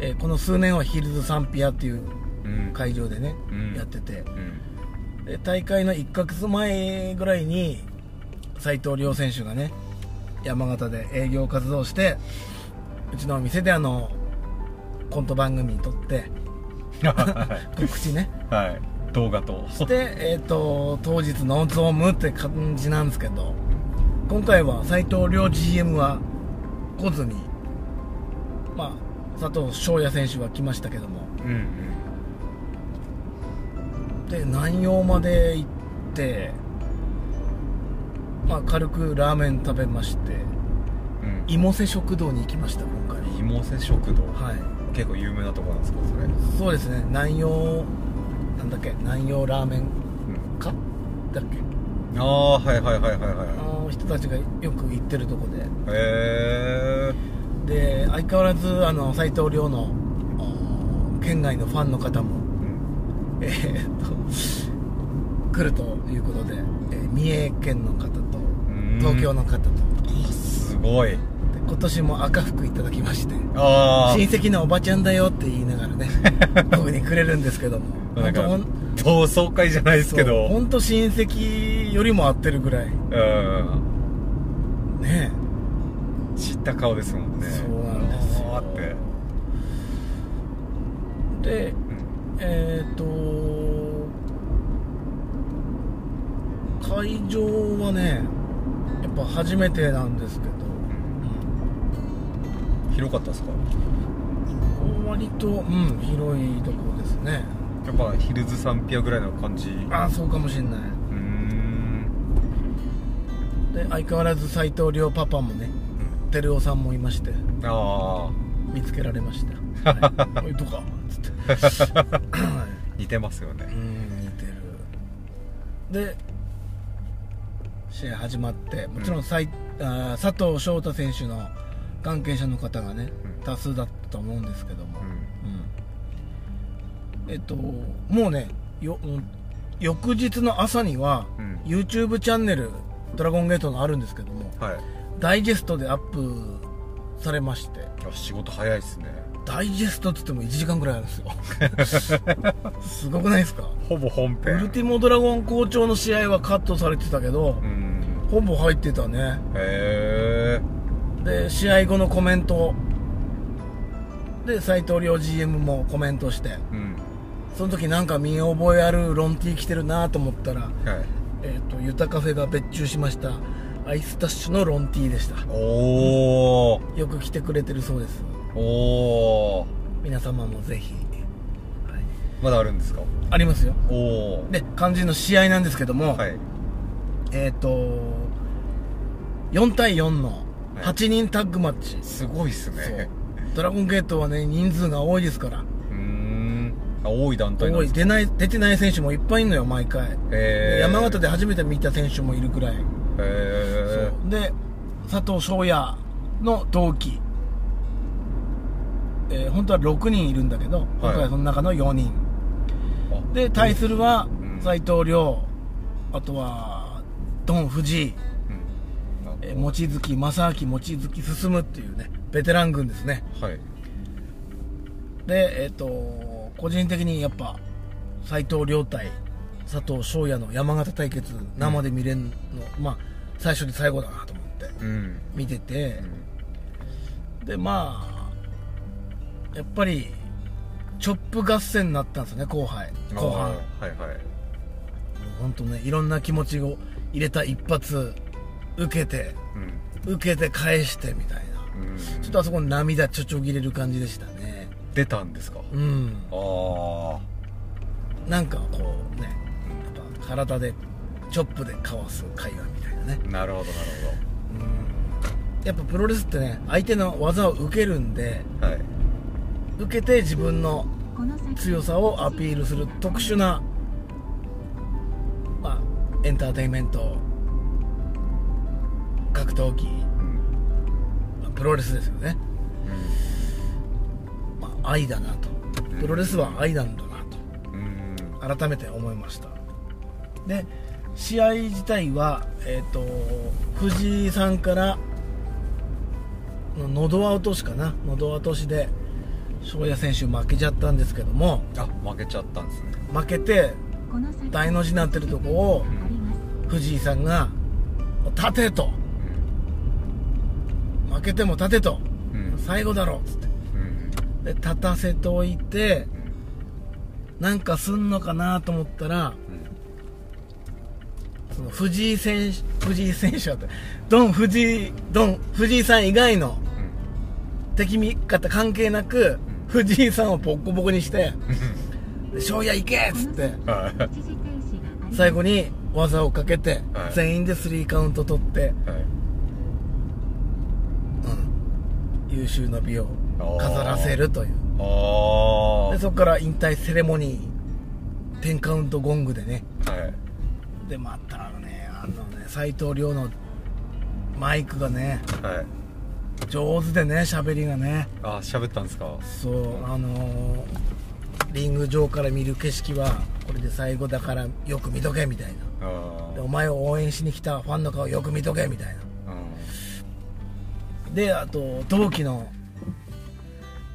[SPEAKER 3] えーこの数年はヒルズサンピアっていう
[SPEAKER 2] うん
[SPEAKER 3] 会場でね、
[SPEAKER 2] うん
[SPEAKER 3] やってて
[SPEAKER 2] うん
[SPEAKER 3] で大会の1ヶ月前ぐらいに斉藤亮選手がね山形で営業活動してうちのお店であのコント番組撮って
[SPEAKER 2] は
[SPEAKER 3] 告知ね
[SPEAKER 2] い動画と
[SPEAKER 3] で、えー、と当日ノーズオムって感じなんですけど今回は斎藤亮 GM は来ずに、まあ、佐藤翔也選手は来ましたけども
[SPEAKER 2] うんうん
[SPEAKER 3] で南陽まで行って、まあ、軽くラーメン食べまして
[SPEAKER 2] うん
[SPEAKER 3] 芋瀬食堂に行きました今回
[SPEAKER 2] 芋瀬食堂
[SPEAKER 3] はい
[SPEAKER 2] 結構有名なとこなんですかそれ
[SPEAKER 3] そうですね南陽なんだっけ南陽ラーメン
[SPEAKER 2] うん
[SPEAKER 3] かだっけ
[SPEAKER 2] ああはいはいはいはい
[SPEAKER 3] あ
[SPEAKER 2] は
[SPEAKER 3] の人たちがよく行ってるとこで
[SPEAKER 2] いへえ
[SPEAKER 3] で相変わらずあの斉藤亮のあー県外のファンの方も、
[SPEAKER 2] うん
[SPEAKER 3] えーっと来るということで、えー三重県の方と
[SPEAKER 2] ん
[SPEAKER 3] 東京の方と
[SPEAKER 2] すごい
[SPEAKER 3] で今年も赤服いただきまして
[SPEAKER 2] あ
[SPEAKER 3] 親戚のおばちゃんだよって言いながら
[SPEAKER 2] *laughs*
[SPEAKER 3] ね僕にくれるんですけども
[SPEAKER 2] あなんか
[SPEAKER 3] ほんと
[SPEAKER 2] 同窓会じゃないですけ
[SPEAKER 3] そうほ
[SPEAKER 2] ど
[SPEAKER 3] んと親戚よりも合ってるぐらい
[SPEAKER 2] うん
[SPEAKER 3] ね
[SPEAKER 2] 知った顔ですもんね
[SPEAKER 3] そうなんですよ
[SPEAKER 2] あーって
[SPEAKER 3] で
[SPEAKER 2] うん
[SPEAKER 3] えっ、と会場はねやっぱ初めてなんですけど
[SPEAKER 2] 広かったですか
[SPEAKER 3] 割と、うん、広いところですね
[SPEAKER 2] やっぱヒルズサンピアぐらいの感じう
[SPEAKER 3] ああそうかもしんない
[SPEAKER 2] ーん
[SPEAKER 3] で相変わらず斎藤亮パパもね
[SPEAKER 2] うん
[SPEAKER 3] 照夫さんもいまして
[SPEAKER 2] ああ
[SPEAKER 3] 見つけられました、
[SPEAKER 2] *laughs*
[SPEAKER 3] はい、おいどこつって、は
[SPEAKER 2] 似てますよ
[SPEAKER 3] い、
[SPEAKER 2] ね
[SPEAKER 3] うん似てるで試合始まってもちろん、さいあー佐藤翔太選手の関係者の方がね
[SPEAKER 2] うん
[SPEAKER 3] 多数だったと思うんですけども
[SPEAKER 2] う、ん
[SPEAKER 3] うんえっともうねよ、うん翌日の朝には、
[SPEAKER 2] うん
[SPEAKER 3] YouTube チャンネル「ドラゴンゲート」のあるんですけども
[SPEAKER 2] はい
[SPEAKER 3] ダイジェストでアップされまして
[SPEAKER 2] あ仕事早いですね
[SPEAKER 3] ダイジェストっつっても1時間ぐらいあるんですよ
[SPEAKER 2] *laughs*
[SPEAKER 3] すごくないですか
[SPEAKER 2] ほぼ本
[SPEAKER 3] ウ
[SPEAKER 2] 編
[SPEAKER 3] ルティモドラゴン校長の試合はカットされてたけど
[SPEAKER 2] う、ん
[SPEAKER 3] ほぼ入ってたね
[SPEAKER 2] へえ
[SPEAKER 3] で試合後のコメントで斎藤亮 GM もコメントして
[SPEAKER 2] うん
[SPEAKER 3] その時なんか見覚えあるロンティー着てるなと思ったら
[SPEAKER 2] はい
[SPEAKER 3] えっ、とユタカフェが別注しましたアイスタッシュのロンティーでした
[SPEAKER 2] おー
[SPEAKER 3] よく来てくれてるそうです
[SPEAKER 2] おー
[SPEAKER 3] 皆様もぜひ、はい、
[SPEAKER 2] まだあるんですか
[SPEAKER 3] ありますよ
[SPEAKER 2] おお
[SPEAKER 3] で肝心の試合なんですけども、
[SPEAKER 2] はい
[SPEAKER 3] えっ、と4対4の8人タッグマッチ、
[SPEAKER 2] すごいっす
[SPEAKER 3] そう
[SPEAKER 2] ね
[SPEAKER 3] ドラゴンゲートはね人数が多いですから
[SPEAKER 2] うーんあ多い団体なん
[SPEAKER 3] 多
[SPEAKER 2] で
[SPEAKER 3] い
[SPEAKER 2] すか
[SPEAKER 3] 出ない出てない選手もいっぱいいるのよ毎回、
[SPEAKER 2] へえ
[SPEAKER 3] 山形
[SPEAKER 2] で
[SPEAKER 3] で初めて見た選手もいるくらい、
[SPEAKER 2] へ
[SPEAKER 3] そうで佐藤翔也の同期えー本当は6人いるんだけど、今回はその中の4人
[SPEAKER 2] え
[SPEAKER 3] で対するは
[SPEAKER 2] うん
[SPEAKER 3] 斎藤亮あとはドン・藤井えー望月正明望月進っていうねベテラン軍ですね
[SPEAKER 2] はい
[SPEAKER 3] でえっ、と個人的にやっぱ斎藤亮対佐藤翔也の山形対決生で見れるの、まあ最初で最後だなと思っ
[SPEAKER 2] う
[SPEAKER 3] て
[SPEAKER 2] ん
[SPEAKER 3] 見てて、でまあやっぱりチョップ合戦になったんですよね後輩後半もう
[SPEAKER 2] あーはいはい
[SPEAKER 3] 本当ねいろんな気持ちを入れた一発受けて
[SPEAKER 2] うん
[SPEAKER 3] 受けて返してみたいな
[SPEAKER 2] うん
[SPEAKER 3] ちょっとあそこに涙ちょちょぎれる感じでしたね
[SPEAKER 2] 出たんですか
[SPEAKER 3] うん
[SPEAKER 2] ああ
[SPEAKER 3] なんかこうねやっぱ体でチョップでかわす会話みたいなね
[SPEAKER 2] なるほどなる
[SPEAKER 3] やっぱプロレスってね相手の技を受けるんで
[SPEAKER 2] ほどはい
[SPEAKER 3] 受けて自分の強さをアピールする特殊な、まあ、エンターテインメント格闘技
[SPEAKER 2] うん
[SPEAKER 3] まあプロレスですよね、まあ、愛だなとプロレスは愛なんだなと
[SPEAKER 2] うん
[SPEAKER 3] 改めて思いましたで試合自体は、えー、と藤井さんからの喉輪落としかな喉輪落としで翔也選手負けちゃったんですけども
[SPEAKER 2] あ負けちゃったんですね
[SPEAKER 3] 負けて大
[SPEAKER 5] 大
[SPEAKER 3] の
[SPEAKER 5] の
[SPEAKER 3] 字
[SPEAKER 5] 字に
[SPEAKER 3] にな
[SPEAKER 5] な
[SPEAKER 3] っ
[SPEAKER 5] ってて
[SPEAKER 3] る
[SPEAKER 5] る
[SPEAKER 3] と
[SPEAKER 5] と
[SPEAKER 3] こ
[SPEAKER 5] こ
[SPEAKER 3] を
[SPEAKER 5] を
[SPEAKER 3] 藤井さんが「立て」と「負けても立て」と
[SPEAKER 2] うんうん
[SPEAKER 3] 「最後だろ」っつって
[SPEAKER 2] うん
[SPEAKER 3] で立たせておいて
[SPEAKER 2] うん
[SPEAKER 3] なんかすんのかなと思ったらその藤井選手藤井選手だってドン藤井ドン藤井さん以外の
[SPEAKER 2] う
[SPEAKER 3] 敵味方関係なく藤井さんをボッコボコにして「翔也行け!」っつって
[SPEAKER 2] んはいはい
[SPEAKER 3] 最後に技をかけて
[SPEAKER 2] はい
[SPEAKER 3] 全員でスリーカウント取って優秀な美を飾らせるという
[SPEAKER 2] あ
[SPEAKER 3] でそこから引退セレモニー10カウントゴングでね
[SPEAKER 2] あはい
[SPEAKER 3] でまたねあのね斎藤亮のマイクがね
[SPEAKER 2] はい
[SPEAKER 3] 上手でね喋りがね
[SPEAKER 2] あ喋ったんですか
[SPEAKER 3] そうあのーリング上から見る景色はこれで最後だからよく見とけみたいな
[SPEAKER 2] あ
[SPEAKER 3] で
[SPEAKER 2] ー
[SPEAKER 3] お前を応援しに来たファンの顔よく見とけみたいな
[SPEAKER 2] うん
[SPEAKER 3] であと同期の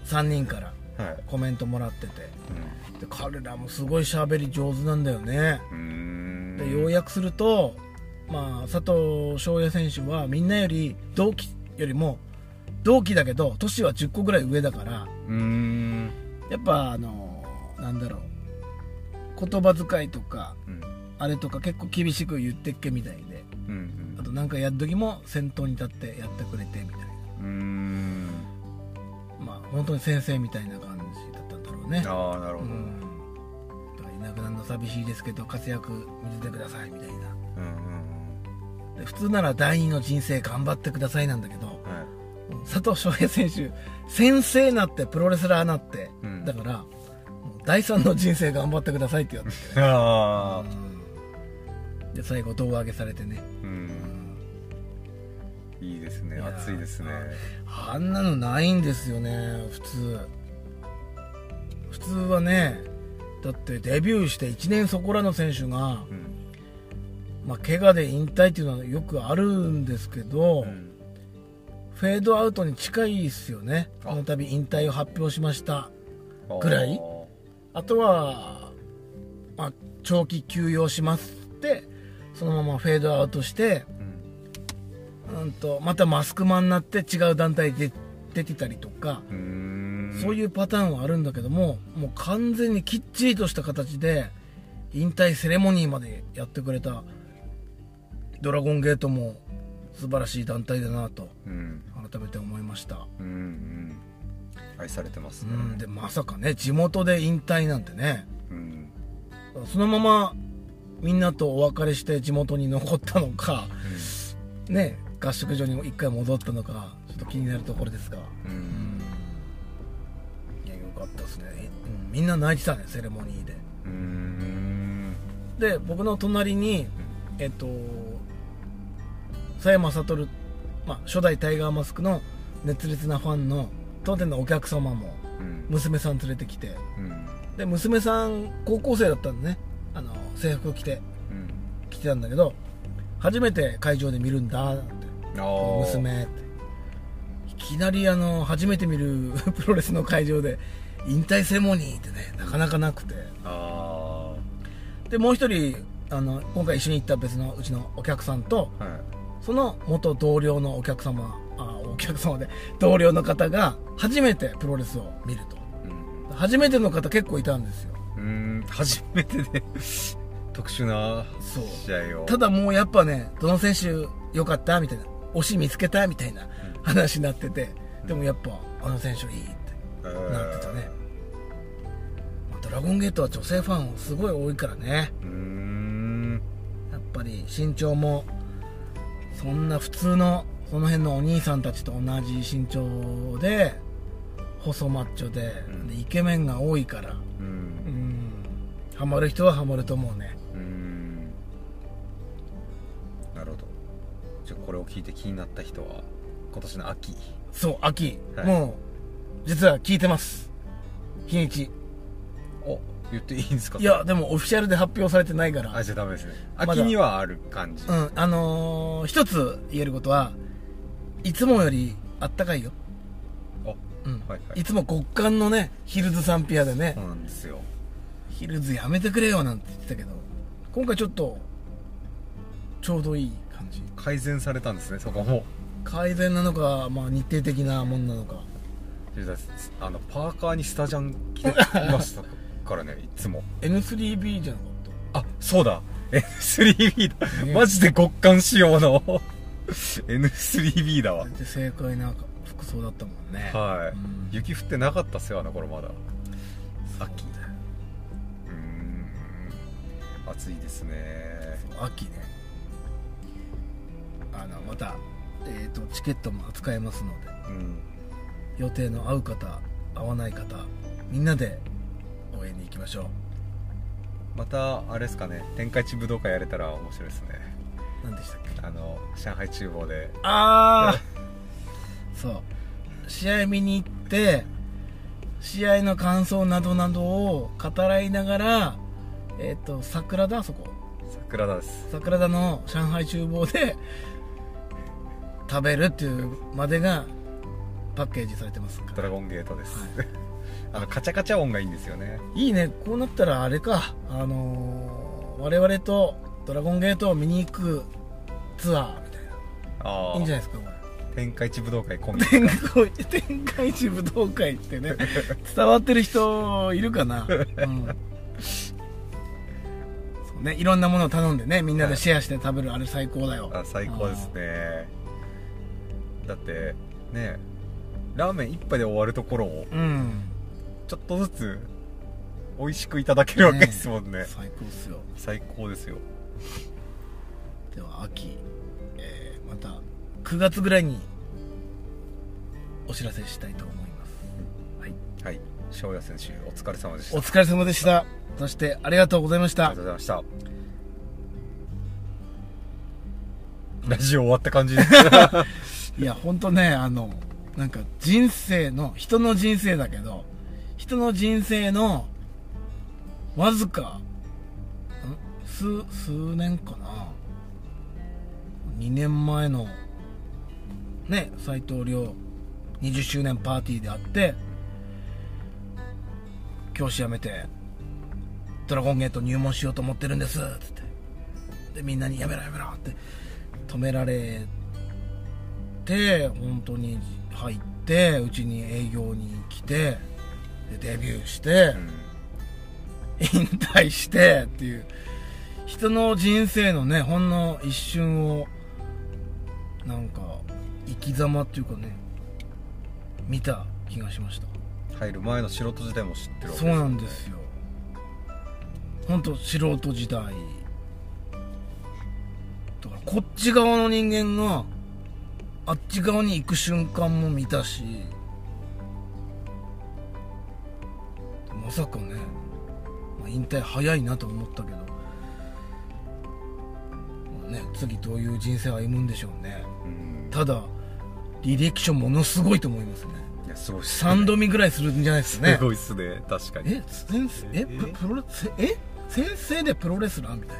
[SPEAKER 3] 3人から
[SPEAKER 2] はい
[SPEAKER 3] コメントもらっててで彼らもすごい喋り上手なんだよね
[SPEAKER 2] うん
[SPEAKER 3] で要約すると、まあ、佐藤翔也選手はみんなより同期よりも同期だけど年は10個ぐらい上だから
[SPEAKER 2] うん
[SPEAKER 3] やっぱあのなんだろう言葉遣いとか
[SPEAKER 2] うん
[SPEAKER 3] あれとか結構厳しく言ってっけみたいで
[SPEAKER 2] うん
[SPEAKER 3] あとなんかやっときも先頭に立ってやってくれてみたい
[SPEAKER 2] うんうん
[SPEAKER 3] なまあ本当に先生みたいな感じだったんだろうね
[SPEAKER 2] ああなる
[SPEAKER 3] う
[SPEAKER 2] ほどうん
[SPEAKER 3] んだからいなくなるの寂しいですけど活躍見せてくださいみたいな
[SPEAKER 2] うん
[SPEAKER 3] で普通なら第二の人生頑張ってくださいなんだけど
[SPEAKER 2] うんはい
[SPEAKER 3] 佐藤翔平選手先生なってプロレスラーなって、
[SPEAKER 2] うん
[SPEAKER 3] だからもう第三の人生頑張ってくださいって言われて
[SPEAKER 2] ああ
[SPEAKER 3] で最後胴上げされてね
[SPEAKER 2] うんいいですね
[SPEAKER 3] いやー
[SPEAKER 2] 暑いですね
[SPEAKER 3] あんなのないんですよね普通普通はねだってデビューして1年そこらの選手が、
[SPEAKER 2] うん
[SPEAKER 3] まあ、怪我で引退っていうのはよくあるんですけど、
[SPEAKER 2] うん
[SPEAKER 3] フェードアウトに近いですよね
[SPEAKER 2] あ
[SPEAKER 3] この度引退を発表しましたぐらい
[SPEAKER 2] あー
[SPEAKER 3] あとは、まあ、長期休養しますってそのままフェードアウトして、
[SPEAKER 2] うん
[SPEAKER 3] うん、とまたマスクマンになって違う団体で出てたりとか、
[SPEAKER 2] うん
[SPEAKER 3] そういうパターンはあるんだけどももう完全にきっちりとした形で引退セレモニーまでやってくれたドラゴンゲートも素晴らしい団体だなと
[SPEAKER 2] うん
[SPEAKER 3] 改めて思いました、
[SPEAKER 2] うんうん愛されてます
[SPEAKER 3] う
[SPEAKER 2] ね
[SPEAKER 3] ん、でまさかね地元で引退なんてね
[SPEAKER 2] うん
[SPEAKER 3] そのままみんなとお別れして地元に残ったのか、ね合宿所にも一回戻ったのかちょっと気になるところですが、
[SPEAKER 2] うん
[SPEAKER 3] いやよかったですね、うんみんな泣いてたねセレモニーで
[SPEAKER 2] うん
[SPEAKER 3] で僕の隣にえっと佐山悟、まあ、初代タイガーマスクの熱烈なファンの当店のお客様も
[SPEAKER 2] うん
[SPEAKER 3] 娘さん連れてきて
[SPEAKER 2] うん
[SPEAKER 3] で娘さん高校生だったんでねあの制服を着て
[SPEAKER 2] うん
[SPEAKER 3] 来てたんだけど初めて会場で見るんだなんて
[SPEAKER 2] あー
[SPEAKER 3] 娘っていきなりあの初めて見る *laughs* プロレスの会場で引退セレモニーってねなかなかなくて
[SPEAKER 2] あ
[SPEAKER 3] でもう一人あの今回一緒に行った別のうちのお客さんと
[SPEAKER 2] あはい
[SPEAKER 3] その元同僚のお客様あお客様で同僚の方が初めてプロレスを見ると
[SPEAKER 2] う
[SPEAKER 3] 初めての方結構いたんですよ
[SPEAKER 2] んうん初めてで特殊な
[SPEAKER 3] そう
[SPEAKER 2] 試合を
[SPEAKER 3] ただもうやっぱねどの選手良かったみたいな推し見つけたみたいな話になっててでもやっぱあの選手いいってなってたねまあドラゴンゲートは女性ファンすごい多いからね
[SPEAKER 2] うーん
[SPEAKER 3] やっぱり身長もそんな普通のその辺のお兄さんたちと同じ身長で細マッチョで,、
[SPEAKER 2] うん
[SPEAKER 3] でイケメンが多いから
[SPEAKER 2] う
[SPEAKER 3] うんんハマる人はハマると思うね
[SPEAKER 2] うんなるほどじゃあこれを聞いて気になった人は今年の秋
[SPEAKER 3] そう秋、
[SPEAKER 2] はい
[SPEAKER 3] もう実は聞いてます日にち
[SPEAKER 2] お言っていいんですか
[SPEAKER 3] いやでもオフィシャルで発表されてないから
[SPEAKER 2] あじゃあダメですね
[SPEAKER 3] まだ
[SPEAKER 2] 秋にはある感じ、
[SPEAKER 3] うんあのー一つ言えることはいつもよりあったかいよ、
[SPEAKER 2] あ
[SPEAKER 3] うん
[SPEAKER 2] はいいはい
[SPEAKER 3] つも極寒のねヒルズサンピアでね
[SPEAKER 2] そうなんですよ
[SPEAKER 3] ヒルズやめてくれよなんて言ってたけど今回ちょっとちょうどいい感じ
[SPEAKER 2] 改善されたんですねそこも
[SPEAKER 3] 改善なのか、まあ、日程的なもんなのか
[SPEAKER 2] あのパーカーにスタジャン着
[SPEAKER 3] *laughs*
[SPEAKER 2] ていましたからねいつも
[SPEAKER 3] N3B じゃなかった
[SPEAKER 2] あそうだ N3B だ、
[SPEAKER 3] ね
[SPEAKER 2] マジで極寒仕様の N3B だわ
[SPEAKER 3] で正解な服装だったもんね
[SPEAKER 2] は
[SPEAKER 3] うん
[SPEAKER 2] い雪降ってなかったっすよあの頃まだ秋
[SPEAKER 3] そうだよ
[SPEAKER 2] うーん暑いですね
[SPEAKER 3] 秋ねあのまた、えー、とチケットも扱えますので
[SPEAKER 2] うん
[SPEAKER 3] 予定の合う方合わない方みんなで応援に行きましょ
[SPEAKER 2] またあれですかね天下一武道会やれたら面白いですね
[SPEAKER 3] う何でしたっけ
[SPEAKER 2] あの上海厨房で
[SPEAKER 3] ああ *laughs* そう試合見に行って試合の感想などなどを語らいながらえっ、と桜田あそこ
[SPEAKER 2] 桜田です
[SPEAKER 3] 桜田の上海厨房で食べるっていうまでがパッケージされてますか
[SPEAKER 2] ド
[SPEAKER 3] ら
[SPEAKER 2] ラゴンゲートです、 *laughs* あのカチャカチャ音がいいんですよね
[SPEAKER 3] いいねこうなったらあれかあのー我々とドラゴンゲートを見に行くツアーみたいな
[SPEAKER 2] ああ
[SPEAKER 3] いいんじゃないですかこれ
[SPEAKER 2] 天下一武道会込
[SPEAKER 3] *laughs*
[SPEAKER 2] み
[SPEAKER 3] 天界天下一武道会っ
[SPEAKER 2] *laughs*
[SPEAKER 3] てね伝わってる人いるかな、うんそうね、いろんなものを頼んでねみんなでシェアして食べる、あれ最高だよ
[SPEAKER 2] あ最高ですねだってねラーメン一杯で終わるところを
[SPEAKER 3] うん
[SPEAKER 2] ちょっとずつ美味しくいただけるわけですもんね
[SPEAKER 3] 最高っすよ
[SPEAKER 2] 最高ですよ
[SPEAKER 3] では秋、えーまた9月ぐらいにお知らせしたいと思います、はい、
[SPEAKER 2] はい翔也選手お疲れ様でした
[SPEAKER 3] お疲れ様でしたそしてありがとうございまし
[SPEAKER 2] あ
[SPEAKER 3] た
[SPEAKER 2] りがとうございましたラジオ終わった感じです
[SPEAKER 3] *laughs* いや本当ねあのなんか人生の人の人生だけど人の人生のわずかん数数年かな2年前のね斎藤亮20周年パーティーであって教師辞めて「ドラゴンゲート入門しようと思ってるんです」つってでみんなに「やめろやめろ」って止められって本当に入ってうちに営業に来てでデビューして、引退してっていう人の人生のねほんの一瞬をなんか生き様っていうかね見た気がしました
[SPEAKER 2] 入る前の素人時代も知ってるわけ
[SPEAKER 3] そうなんですよ本当素人時代だからこっち側の人間があっち側に行く瞬間も見たしまさかね、まあ引退早いなと思ったけど、まあね、次どういう人生歩むんでしょうね
[SPEAKER 2] うん
[SPEAKER 3] ただ履歴書ものすごいと思いますね
[SPEAKER 2] いやすごいっすね
[SPEAKER 3] 3度見ぐらいするんじゃないですかね
[SPEAKER 2] すごいっすね確かに
[SPEAKER 3] え先生えププロレスえ先生でプロレスラーみたい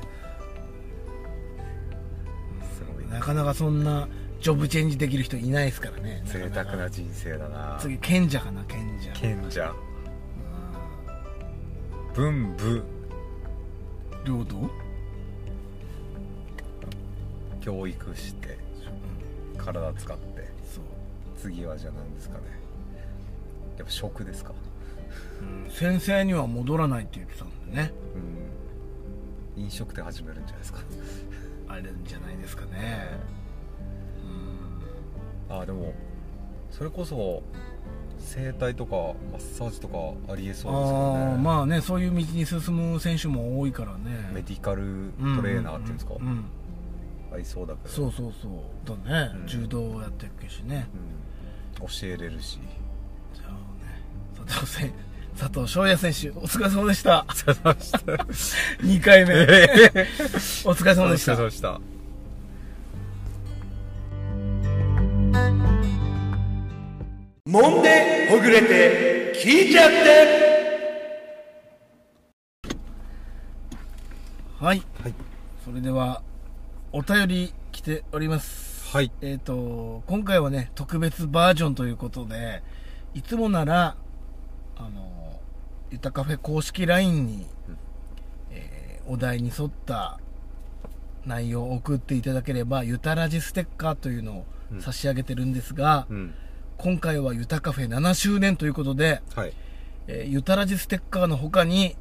[SPEAKER 2] すごい
[SPEAKER 3] な
[SPEAKER 2] な
[SPEAKER 3] なかなかそんなジョブチェンジできる人いないですからね
[SPEAKER 2] 贅
[SPEAKER 3] か
[SPEAKER 2] 沢
[SPEAKER 3] か
[SPEAKER 2] な人生だな
[SPEAKER 3] 次賢者かな賢者
[SPEAKER 2] 賢者文武
[SPEAKER 3] 領土
[SPEAKER 2] 教育して体使って
[SPEAKER 3] そう、
[SPEAKER 2] 次はじゃあ何ですかねやっぱ食ですか
[SPEAKER 3] うん先生には戻らないって言ってたんでね
[SPEAKER 2] うん飲食店始めるんじゃないですか
[SPEAKER 3] あれじゃないですかねうん
[SPEAKER 2] あーでもそれこそ整体とかマッサージとかありえそうですよ
[SPEAKER 3] あ
[SPEAKER 2] ね
[SPEAKER 3] あまあねそういう道に進む選手も多いから
[SPEAKER 2] メ
[SPEAKER 3] ね
[SPEAKER 2] ディカルトレーナーっていうんですか、
[SPEAKER 3] うんうんうん
[SPEAKER 2] 合いそうだけど
[SPEAKER 3] そうそうそうだね、
[SPEAKER 2] うん
[SPEAKER 3] 柔道をやってるしね、
[SPEAKER 2] うん教えれるし
[SPEAKER 3] じゃあね佐藤選佐藤翔也選手お疲れ様でした2回 *laughs* 目お疲れ様でした
[SPEAKER 2] そうでした
[SPEAKER 5] もんでほぐれて聞いちゃって
[SPEAKER 3] はい、
[SPEAKER 2] はい
[SPEAKER 3] それではお便り来ております
[SPEAKER 2] はい
[SPEAKER 3] えっ、と今回はね特別バージョンということでいつもならあのゆたカフェ公式 LINE に、えーお題に沿った内容を送っていただければゆたラジステッカーというのを差し上げてるんですが、
[SPEAKER 2] うん
[SPEAKER 3] 今回はゆたカフェ7周年ということで、
[SPEAKER 2] はい
[SPEAKER 3] えーゆたらじステッカーの他に、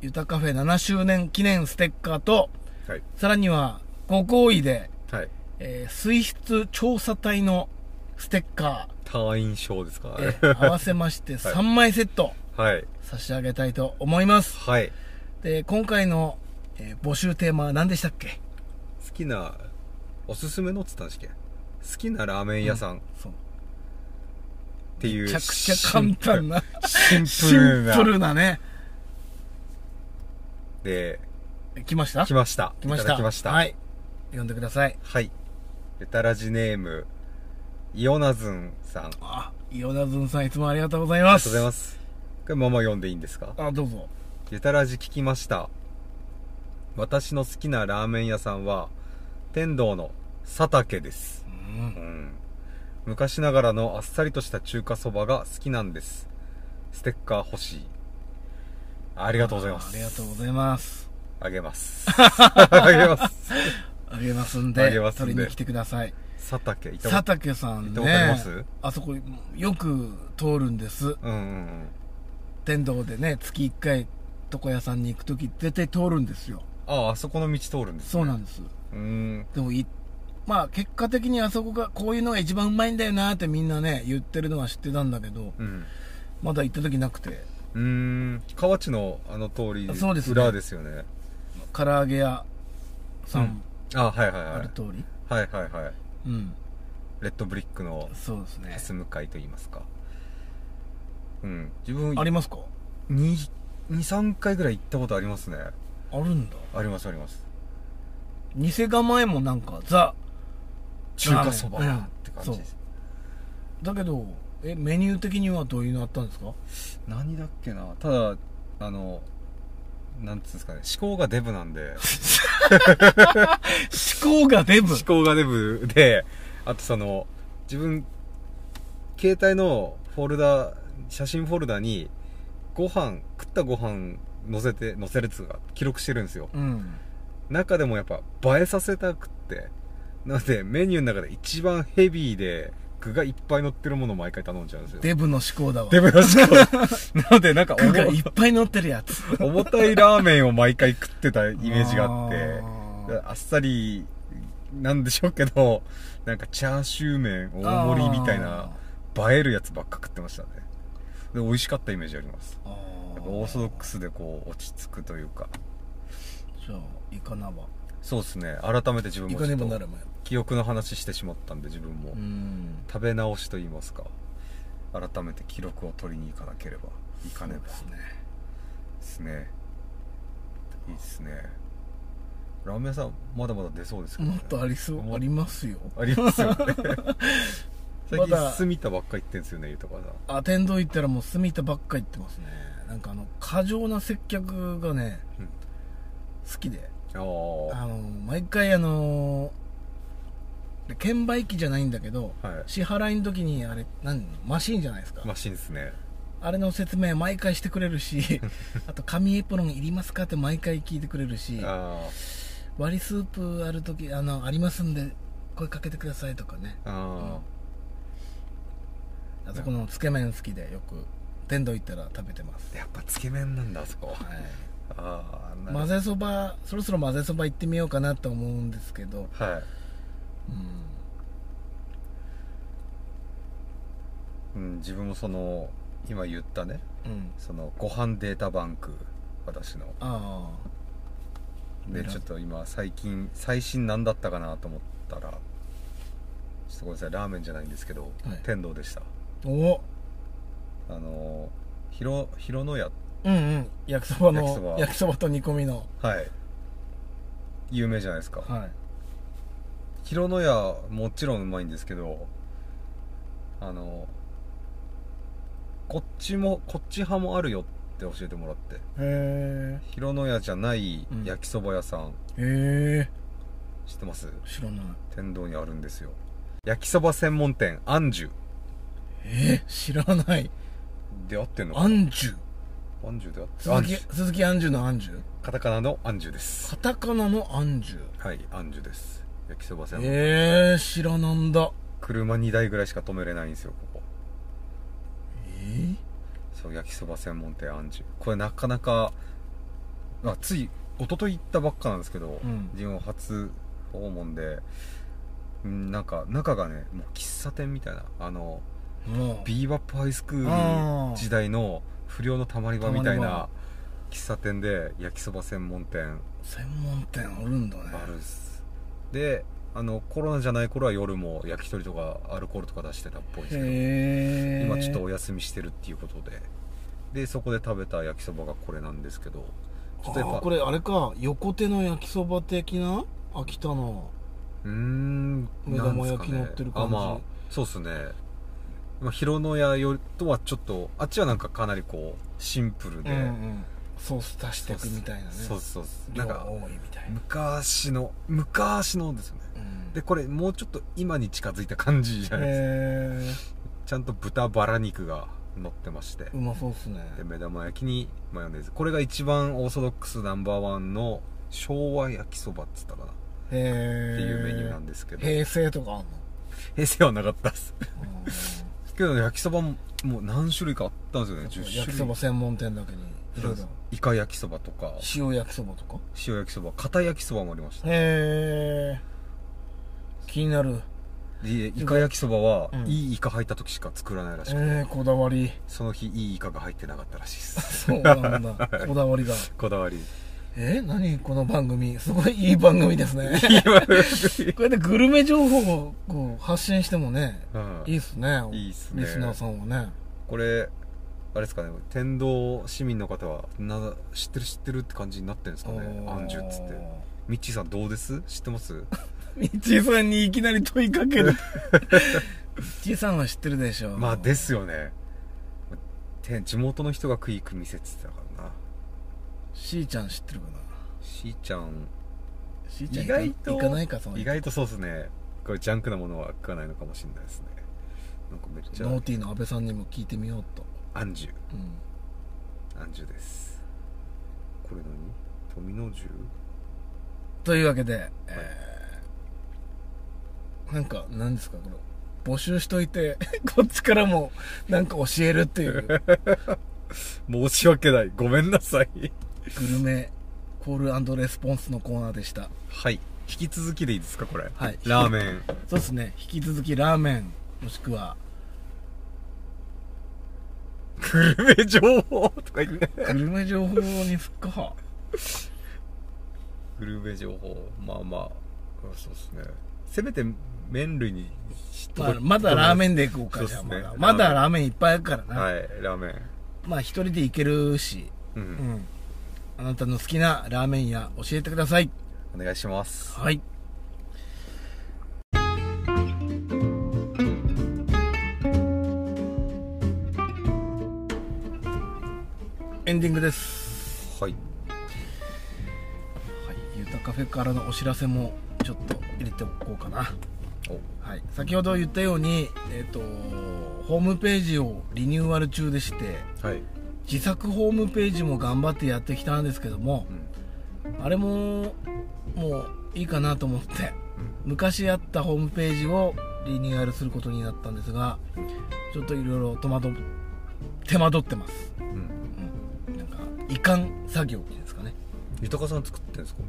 [SPEAKER 3] ゆたカフェ7周年記念ステッカーと、
[SPEAKER 2] はい
[SPEAKER 3] さらにはご好意で、
[SPEAKER 2] はい
[SPEAKER 3] えー水質調査隊のステッカ
[SPEAKER 2] 単員証ですか、
[SPEAKER 3] ー、えー合わせまして3枚セット
[SPEAKER 2] *laughs* はい
[SPEAKER 3] 差し上げたいと思います。
[SPEAKER 2] はい
[SPEAKER 3] で、今回の、えー募集テーマは何でしたっけ
[SPEAKER 2] 好きなおすすめのっつったんですっけ好きなラーメン屋さんっ
[SPEAKER 3] そう。
[SPEAKER 2] ていう
[SPEAKER 3] めちゃくちゃ簡単な、
[SPEAKER 2] シン
[SPEAKER 3] シ
[SPEAKER 2] プル
[SPEAKER 3] ン
[SPEAKER 2] な
[SPEAKER 3] プルなね、
[SPEAKER 2] で
[SPEAKER 3] 来ました
[SPEAKER 2] 来ました
[SPEAKER 3] 来まし
[SPEAKER 2] いた
[SPEAKER 3] た。
[SPEAKER 2] だきました
[SPEAKER 3] はい。読んでください。
[SPEAKER 2] はいベタラジネームイオナズンさんありがと
[SPEAKER 3] あ、イオナズンさんいつもありがとうございます。
[SPEAKER 2] うございますこれまま読んでいいんですか
[SPEAKER 3] あ、どうぞ。
[SPEAKER 2] ゆたらじ聞きました。私の好きなラーメン屋さんは、天童の佐竹です。
[SPEAKER 3] うーうん
[SPEAKER 2] 昔ながらのあっさりとした中華そばが好きなんですステッカー欲しいありがとうございま
[SPEAKER 3] あ
[SPEAKER 2] す
[SPEAKER 3] りがとうございます
[SPEAKER 2] あげます
[SPEAKER 3] *laughs*
[SPEAKER 2] あげます
[SPEAKER 3] あげますん
[SPEAKER 2] あ
[SPEAKER 3] で
[SPEAKER 2] げますんで
[SPEAKER 3] 取りに来てください
[SPEAKER 2] 佐竹いたこ
[SPEAKER 3] 佐竹さん
[SPEAKER 2] 行ったことあり
[SPEAKER 3] ね
[SPEAKER 2] ます
[SPEAKER 3] あそこよく通るんで
[SPEAKER 2] う
[SPEAKER 3] す
[SPEAKER 2] んうんうん
[SPEAKER 3] 天童でね月1回床屋さんに行く時絶対通るんですよ
[SPEAKER 2] あああそこの道通るんです
[SPEAKER 3] そうなんです
[SPEAKER 2] うーん
[SPEAKER 3] でもいまあ結果的にあそこがこういうのが一番うまいんだよなってみんなね言ってるのは知ってたんだけど
[SPEAKER 2] うん
[SPEAKER 3] まだ行った時なくて
[SPEAKER 2] うーん河内のあの通り
[SPEAKER 3] そうですね
[SPEAKER 2] 裏ですよね
[SPEAKER 3] 唐揚げ屋さん
[SPEAKER 2] あはいはい
[SPEAKER 3] あ
[SPEAKER 2] は
[SPEAKER 3] る通り、
[SPEAKER 2] いはいはいはい
[SPEAKER 3] うん
[SPEAKER 2] レッドブリックの
[SPEAKER 3] そうですね
[SPEAKER 2] 蓮向かいと言いますかうん自分
[SPEAKER 3] ありますか
[SPEAKER 2] 23回ぐらい行ったことありますね
[SPEAKER 3] あるんだ
[SPEAKER 2] ありますあります
[SPEAKER 3] 店構えもなんかザ
[SPEAKER 2] 中華そば
[SPEAKER 3] ラーメン
[SPEAKER 2] って感じです、
[SPEAKER 3] だけどえメニュー的にはどういうのあったんですか
[SPEAKER 2] 何だっけなただあのなんつうんですかね思考がデブなん
[SPEAKER 3] *laughs*
[SPEAKER 2] で
[SPEAKER 3] 思考がデブ
[SPEAKER 2] 思考がデブであとその自分携帯のフォルダ写真フォルダにご飯食ったご飯載せて載せるやつが記録してるんですよ
[SPEAKER 3] うん
[SPEAKER 2] 中でもやっぱ映えさせたくってなのでメニューの中で一番ヘビーで具がいっぱい乗ってるものを毎回頼んじゃうんですよ
[SPEAKER 3] デブの思考だわ
[SPEAKER 2] デブらしく *laughs* なのでなんか
[SPEAKER 3] 具がい
[SPEAKER 2] 重
[SPEAKER 3] っぱい乗ってるやつ
[SPEAKER 2] 重たいラーメンを毎回食ってたイメージがあって
[SPEAKER 3] あー
[SPEAKER 2] あっさりなんでしょうけどなんかチャーシュー麺大盛りみたいな映えるやつばっか食ってましたねで美味しかったイメージあります
[SPEAKER 3] あ
[SPEAKER 2] やっぱ
[SPEAKER 3] ー
[SPEAKER 2] オーソドックスでこう落ち着くというか
[SPEAKER 3] じゃあ行かなば
[SPEAKER 2] そうですね改めて自分
[SPEAKER 3] 行
[SPEAKER 2] も
[SPEAKER 3] か
[SPEAKER 2] ち
[SPEAKER 3] ね
[SPEAKER 2] ょっ
[SPEAKER 3] ばな
[SPEAKER 2] と
[SPEAKER 3] らばよ
[SPEAKER 2] 記憶の話してしまったんで自分も、
[SPEAKER 3] うん
[SPEAKER 2] 食べ直しと言いますか改めて記録を取りに行かなければいかねば
[SPEAKER 3] そうですね
[SPEAKER 2] ですねいいですねラーメン屋さんまだまだ出そうですけど、ね、
[SPEAKER 3] もっとありそうありますよ
[SPEAKER 2] あります
[SPEAKER 3] *laughs*
[SPEAKER 2] よね最
[SPEAKER 3] まだ
[SPEAKER 2] 近住田ばっか行ってんですよね豊川さん
[SPEAKER 3] あ天童行ったらもう住田ばっか行ってますねなんかあの過剰な接客がね、
[SPEAKER 2] うん
[SPEAKER 3] 好きで
[SPEAKER 2] あ
[SPEAKER 3] あの毎回あので券売機じゃないんだけど、
[SPEAKER 2] あはい
[SPEAKER 3] 支払いの時にあれ何マシーンじゃないですか、
[SPEAKER 2] マシンですね
[SPEAKER 3] あれの説明毎回してくれ
[SPEAKER 2] *laughs*
[SPEAKER 3] るしあと紙エプロンいりますかって毎回聞いてくれるし
[SPEAKER 2] あ
[SPEAKER 3] 割りスープある時あのありますんで声かけてくださいとかね
[SPEAKER 2] ああ
[SPEAKER 3] あそこのつけ麺好きでよく天童行ったら食べてます
[SPEAKER 2] あ、やっぱつけ麺なんだあそこ
[SPEAKER 3] はい
[SPEAKER 2] ああなる
[SPEAKER 3] 混ぜそばそろそろ混ぜそば行ってみようかなと思うんですけど
[SPEAKER 2] はい
[SPEAKER 3] うん
[SPEAKER 2] うん、自分もその今言ったね
[SPEAKER 3] うん
[SPEAKER 2] そのご飯データバンク私の
[SPEAKER 3] あ
[SPEAKER 2] で
[SPEAKER 3] メラ
[SPEAKER 2] ちょっと今最近最新何だったかなと思ったらちょっとごめんなさいラーメンじゃないんですけど、
[SPEAKER 3] はい
[SPEAKER 2] 天童でした
[SPEAKER 3] あお
[SPEAKER 2] あのーひろ広野屋
[SPEAKER 3] うんうん焼きそば
[SPEAKER 2] 焼きそ
[SPEAKER 3] の
[SPEAKER 2] ば
[SPEAKER 3] 焼きそばと煮込みの
[SPEAKER 2] はい有名じゃないですか、
[SPEAKER 3] はい
[SPEAKER 2] 広野屋もちろんうまいんですけどあのこっちもこっち派もあるよって教えてもらって
[SPEAKER 3] へ
[SPEAKER 2] 広野屋じゃない焼きそば屋さん、
[SPEAKER 3] えへえ
[SPEAKER 2] 知ってます
[SPEAKER 3] 知らない
[SPEAKER 2] 天童にあるんですよ焼きそば専門店アンジュ
[SPEAKER 3] えー、知らない
[SPEAKER 2] で合ってんのか
[SPEAKER 3] アンジュ
[SPEAKER 2] アンジュで合ってア
[SPEAKER 3] 鈴
[SPEAKER 2] ンジ
[SPEAKER 3] 木
[SPEAKER 2] ュ
[SPEAKER 3] 鈴木アンジュのアンジュ
[SPEAKER 2] カタカナのアンジュです
[SPEAKER 3] カタカナのアンジュ
[SPEAKER 2] はいアンジュです焼きそば専門、
[SPEAKER 3] えー、知らなんだ
[SPEAKER 2] 車2台ぐらいしか止めれないんですよここ
[SPEAKER 3] え
[SPEAKER 2] そう焼きそば専門店アンジュこれなかなか、まあ、つい一昨日行ったばっかなんですけど、
[SPEAKER 3] うん
[SPEAKER 2] 自分初訪問でうんなんか中がねもう喫茶店みたいなあの
[SPEAKER 3] ー、もう
[SPEAKER 2] ビーバップハイスクー
[SPEAKER 3] あー
[SPEAKER 2] ル時代の不良のたまり場みたい
[SPEAKER 3] たまり場
[SPEAKER 2] な喫茶店で焼きそば専門店
[SPEAKER 3] 専門店あるんだね
[SPEAKER 2] あるっすであのコロナじゃない頃は夜も焼き鳥とかアルコールとか出してたっぽいですけ
[SPEAKER 3] へ
[SPEAKER 2] ど
[SPEAKER 3] え
[SPEAKER 2] 今ちょっとお休みしてるっていうことででそこで食べた焼きそばがこれなんですけどちょっとやっ
[SPEAKER 3] あ
[SPEAKER 2] ぱ
[SPEAKER 3] ーこれあれか横手の焼きそば的な秋田の
[SPEAKER 2] うーん
[SPEAKER 3] 目
[SPEAKER 2] なんで
[SPEAKER 3] 玉
[SPEAKER 2] す
[SPEAKER 3] 焼
[SPEAKER 2] か
[SPEAKER 3] き
[SPEAKER 2] ね
[SPEAKER 3] 乗ってる感じ
[SPEAKER 2] あまあそうっすねまあ広野屋よりとはちょっとあっちはなんかかなりこうシンプルで、
[SPEAKER 3] うんうん、ソース足していくみたいなね
[SPEAKER 2] そうっすそうっすな
[SPEAKER 3] 量
[SPEAKER 2] ん
[SPEAKER 3] が
[SPEAKER 2] か
[SPEAKER 3] 多いみたいな、
[SPEAKER 2] 昔の昔のですよね
[SPEAKER 3] うん
[SPEAKER 2] でこれもうちょっと今に近づいた感じじゃないですか、
[SPEAKER 3] え
[SPEAKER 2] ちゃんと豚バラ肉が乗ってまして、
[SPEAKER 3] ー、うまそうっすね
[SPEAKER 2] で目玉焼きにマヨネーズこれが一番オーソドックスナンバーワンの昭和焼きそばっつったかなっ
[SPEAKER 3] へ
[SPEAKER 2] て
[SPEAKER 3] え
[SPEAKER 2] いうメニューなんですけど、
[SPEAKER 3] 平成とかあんの
[SPEAKER 2] 平成はなかったです
[SPEAKER 3] うん
[SPEAKER 2] けど焼きそばももう何種類かあったんですよね10種類
[SPEAKER 3] 焼きそば専門店だけにいろいろ
[SPEAKER 2] イカ焼きそばとか
[SPEAKER 3] 塩焼きそばとか
[SPEAKER 2] 塩焼きそば片焼きそばもありました
[SPEAKER 3] へえ気になる
[SPEAKER 2] でイカ焼きそばは、
[SPEAKER 3] うん
[SPEAKER 2] いいイカ入った時しか作らないらしくて、
[SPEAKER 3] えー、こだ
[SPEAKER 2] *laughs*
[SPEAKER 3] わり
[SPEAKER 2] その日いいイカが入ってなかったらしい
[SPEAKER 3] *laughs*
[SPEAKER 2] です
[SPEAKER 3] そうなんだこだわりが
[SPEAKER 2] こだわ
[SPEAKER 3] *laughs*
[SPEAKER 2] り
[SPEAKER 3] えー、何この番組すごいいい番組ですねこれでグルメ情報をこう発信してもね
[SPEAKER 2] うん
[SPEAKER 3] いいっすね
[SPEAKER 2] いいっすね
[SPEAKER 3] リスナーさんはね
[SPEAKER 2] これあれですかね天童市民の方はな知ってる知ってるって感じになってるんですかね
[SPEAKER 3] お
[SPEAKER 2] ア
[SPEAKER 3] ー
[SPEAKER 2] ンジュっつってミッチーさんどうです知ってます
[SPEAKER 3] みっちーさんにいきなり問いかけるみっちーさんは知ってるでしょ
[SPEAKER 2] まあですよねて地元の人が食い行く店っつってたからな
[SPEAKER 3] しーちゃん知ってるかな
[SPEAKER 2] しーちゃん
[SPEAKER 3] しーちゃん
[SPEAKER 2] 意
[SPEAKER 3] 行か
[SPEAKER 2] 外と
[SPEAKER 3] 行かないかその
[SPEAKER 2] 意外とそうですねこれジャンクなものは食わないのかもしれないですねなんかめっち
[SPEAKER 3] ノー
[SPEAKER 2] ゃ
[SPEAKER 3] ティーの安倍さんにも聞いてみようと、
[SPEAKER 2] アンジュ
[SPEAKER 3] うん、
[SPEAKER 2] アンジュですこれ何富の重
[SPEAKER 3] というわけで、えーなんか何ですかこれ募集しといて *laughs* こっちからもなんか教えるっていう
[SPEAKER 2] 申
[SPEAKER 3] グ
[SPEAKER 2] し訳ないごめんなさい
[SPEAKER 3] ルメコールレスポンスのコーナーでした
[SPEAKER 2] はい引き続きでいいですかこれ
[SPEAKER 3] はい
[SPEAKER 2] ラーメ *laughs* ン
[SPEAKER 3] そうですね引き続きラーメンもしくは
[SPEAKER 2] グルメ情報とか言って
[SPEAKER 3] グルメ情報にすっか
[SPEAKER 2] グルメ情報まあまあそうですねせめて麺類にし
[SPEAKER 3] まあまだラーメンでいこう
[SPEAKER 2] そ
[SPEAKER 3] か
[SPEAKER 2] うっ
[SPEAKER 3] じ
[SPEAKER 2] す
[SPEAKER 3] ゃあ
[SPEAKER 2] ね
[SPEAKER 3] まだまだ
[SPEAKER 2] ラ
[SPEAKER 3] ラーメンいっぱいあるからな、
[SPEAKER 2] はいラーメン
[SPEAKER 3] まあ一人で行けるし
[SPEAKER 2] うん、
[SPEAKER 3] うんあなたの好きなラーメン屋教えてください
[SPEAKER 2] お願いします
[SPEAKER 3] はいエンディングです
[SPEAKER 2] はい
[SPEAKER 3] はいゆたカフェからのお知らせもちょっと入れておこうかな
[SPEAKER 2] お
[SPEAKER 3] はい、先ほど言ったように、えっとホームページをリニューアル中でして
[SPEAKER 2] はい、
[SPEAKER 3] 自作ホームページも頑張ってやってきたんですけども、あれももういいかなと思って、昔あったホームページをリニューアルすることになったんですがちょっといろいろ戸惑手間取ってます、
[SPEAKER 2] うん、
[SPEAKER 3] うん、なんか移管作業っていうんですかね
[SPEAKER 2] 豊川さん作ってんですか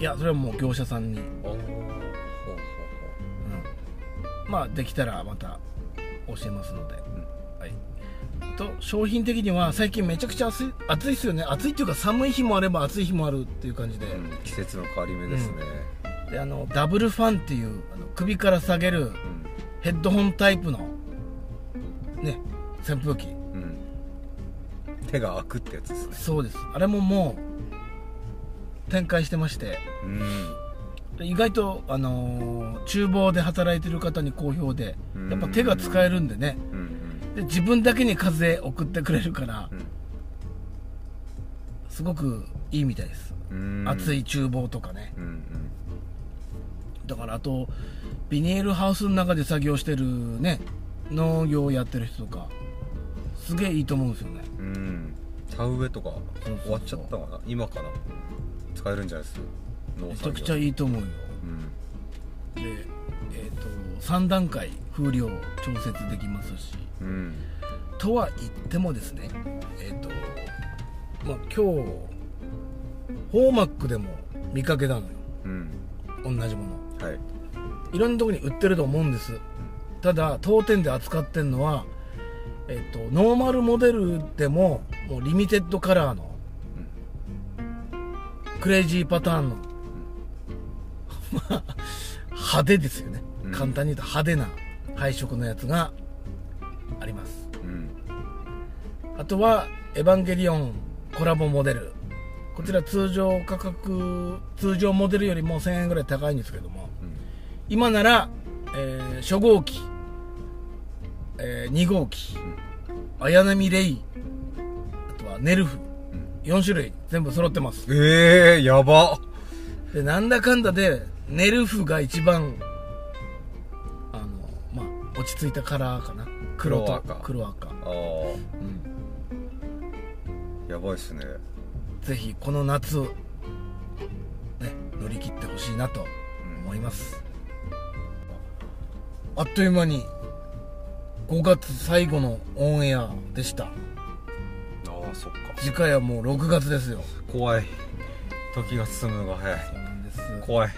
[SPEAKER 3] いやそれはもう業者さんに、うん
[SPEAKER 2] ああほうほう
[SPEAKER 3] まあできたらまた教えますので、
[SPEAKER 2] ん
[SPEAKER 3] はいと商品的には最近めちゃくちゃ暑い暑いっすよね暑いっていうか寒い日もあれば暑い日もあるっていう感じで、
[SPEAKER 2] ほう、うん、季節の変わり目ですね、
[SPEAKER 3] であのダブルファンっていうあの首から下げるヘッドホンタイプのね扇風機
[SPEAKER 2] うん、うん手が開くってやつですね
[SPEAKER 3] そうですあれももう展開してまして
[SPEAKER 2] うん
[SPEAKER 3] 意外と、あのー厨房で働いてる方に好評で
[SPEAKER 2] うん
[SPEAKER 3] やっぱ手が使えるんでね
[SPEAKER 2] うんうん
[SPEAKER 3] で自分だけに風送ってくれるから
[SPEAKER 2] うん
[SPEAKER 3] すごくいいみたいです
[SPEAKER 2] うん
[SPEAKER 3] 暑い厨房とかね
[SPEAKER 2] うんうん
[SPEAKER 3] だからあとビニールハウスの中で作業してるね農業やってる人とかすげえいいと思うんですよね
[SPEAKER 2] うん田植えとか
[SPEAKER 3] そうそう
[SPEAKER 2] 終わっちゃったかな今かな使えるんじゃないです農
[SPEAKER 3] めち
[SPEAKER 2] 作業
[SPEAKER 3] ゃくちゃいいと思うよ
[SPEAKER 2] うん
[SPEAKER 3] でえっ、と3段階風量調節できますし
[SPEAKER 2] うん
[SPEAKER 3] とは言ってもですねえっ、とまあ今日ホーマックでも見かけたのよ
[SPEAKER 2] うん
[SPEAKER 3] 同じもの
[SPEAKER 2] はい
[SPEAKER 3] いろんなとこに売ってると思うんですただ当店で扱ってるのは、えっとノーマルモデルでももうリミテッドカラーのクレイジーパターンの、 *laughs* まあ派手ですよね、
[SPEAKER 2] うん
[SPEAKER 3] 簡単に言うと派手な配色のやつがあります
[SPEAKER 2] うん
[SPEAKER 3] あとは「エヴァンゲリオン」コラボモデルこちら通常価格通常モデルよりも1000円ぐらい高いんですけども
[SPEAKER 2] うん
[SPEAKER 3] 今なら、えー初号機、え2号機、綾波レイあとはネルフ、4種類全部揃ってます
[SPEAKER 2] ええー、やば
[SPEAKER 3] でなんだかんだでネルフが一番落ち着いたカラーかな黒と
[SPEAKER 2] 黒赤
[SPEAKER 3] 黒赤
[SPEAKER 2] ああ
[SPEAKER 3] うん
[SPEAKER 2] やばいっすね
[SPEAKER 3] ぜひこの夏をね乗り切ってほしいなと思います、あっという間に5月最後のオンエアでした
[SPEAKER 2] ああそっか
[SPEAKER 3] 次回はもう6月ですよ
[SPEAKER 2] 怖い時が進むのが早い
[SPEAKER 3] なんです
[SPEAKER 2] 怖い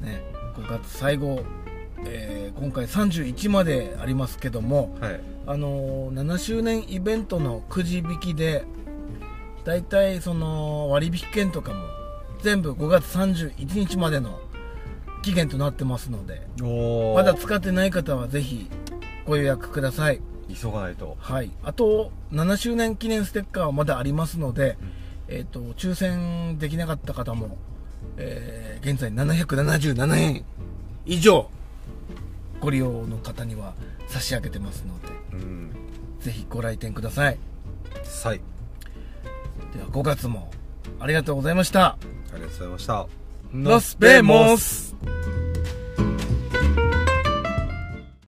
[SPEAKER 3] ね、5月最後、えー今回31までありますけども、
[SPEAKER 2] はい
[SPEAKER 3] あのー7周年イベントのくじ引きでだいたいその割引券とかも全部5月31日までの期限となってますので
[SPEAKER 2] おお
[SPEAKER 3] まだ使ってない方はぜひご予約ください、
[SPEAKER 2] 急がないと
[SPEAKER 3] はい、あと7周年記念ステッカーはまだありますので、えー、と抽選できなかった方も、えー現在777円以上ご利用の方には差し上げてますので
[SPEAKER 2] うん
[SPEAKER 3] ぜひご来店ください
[SPEAKER 2] さい
[SPEAKER 3] では5月もありがとうございました
[SPEAKER 2] ありがとうございました
[SPEAKER 3] ロスペモス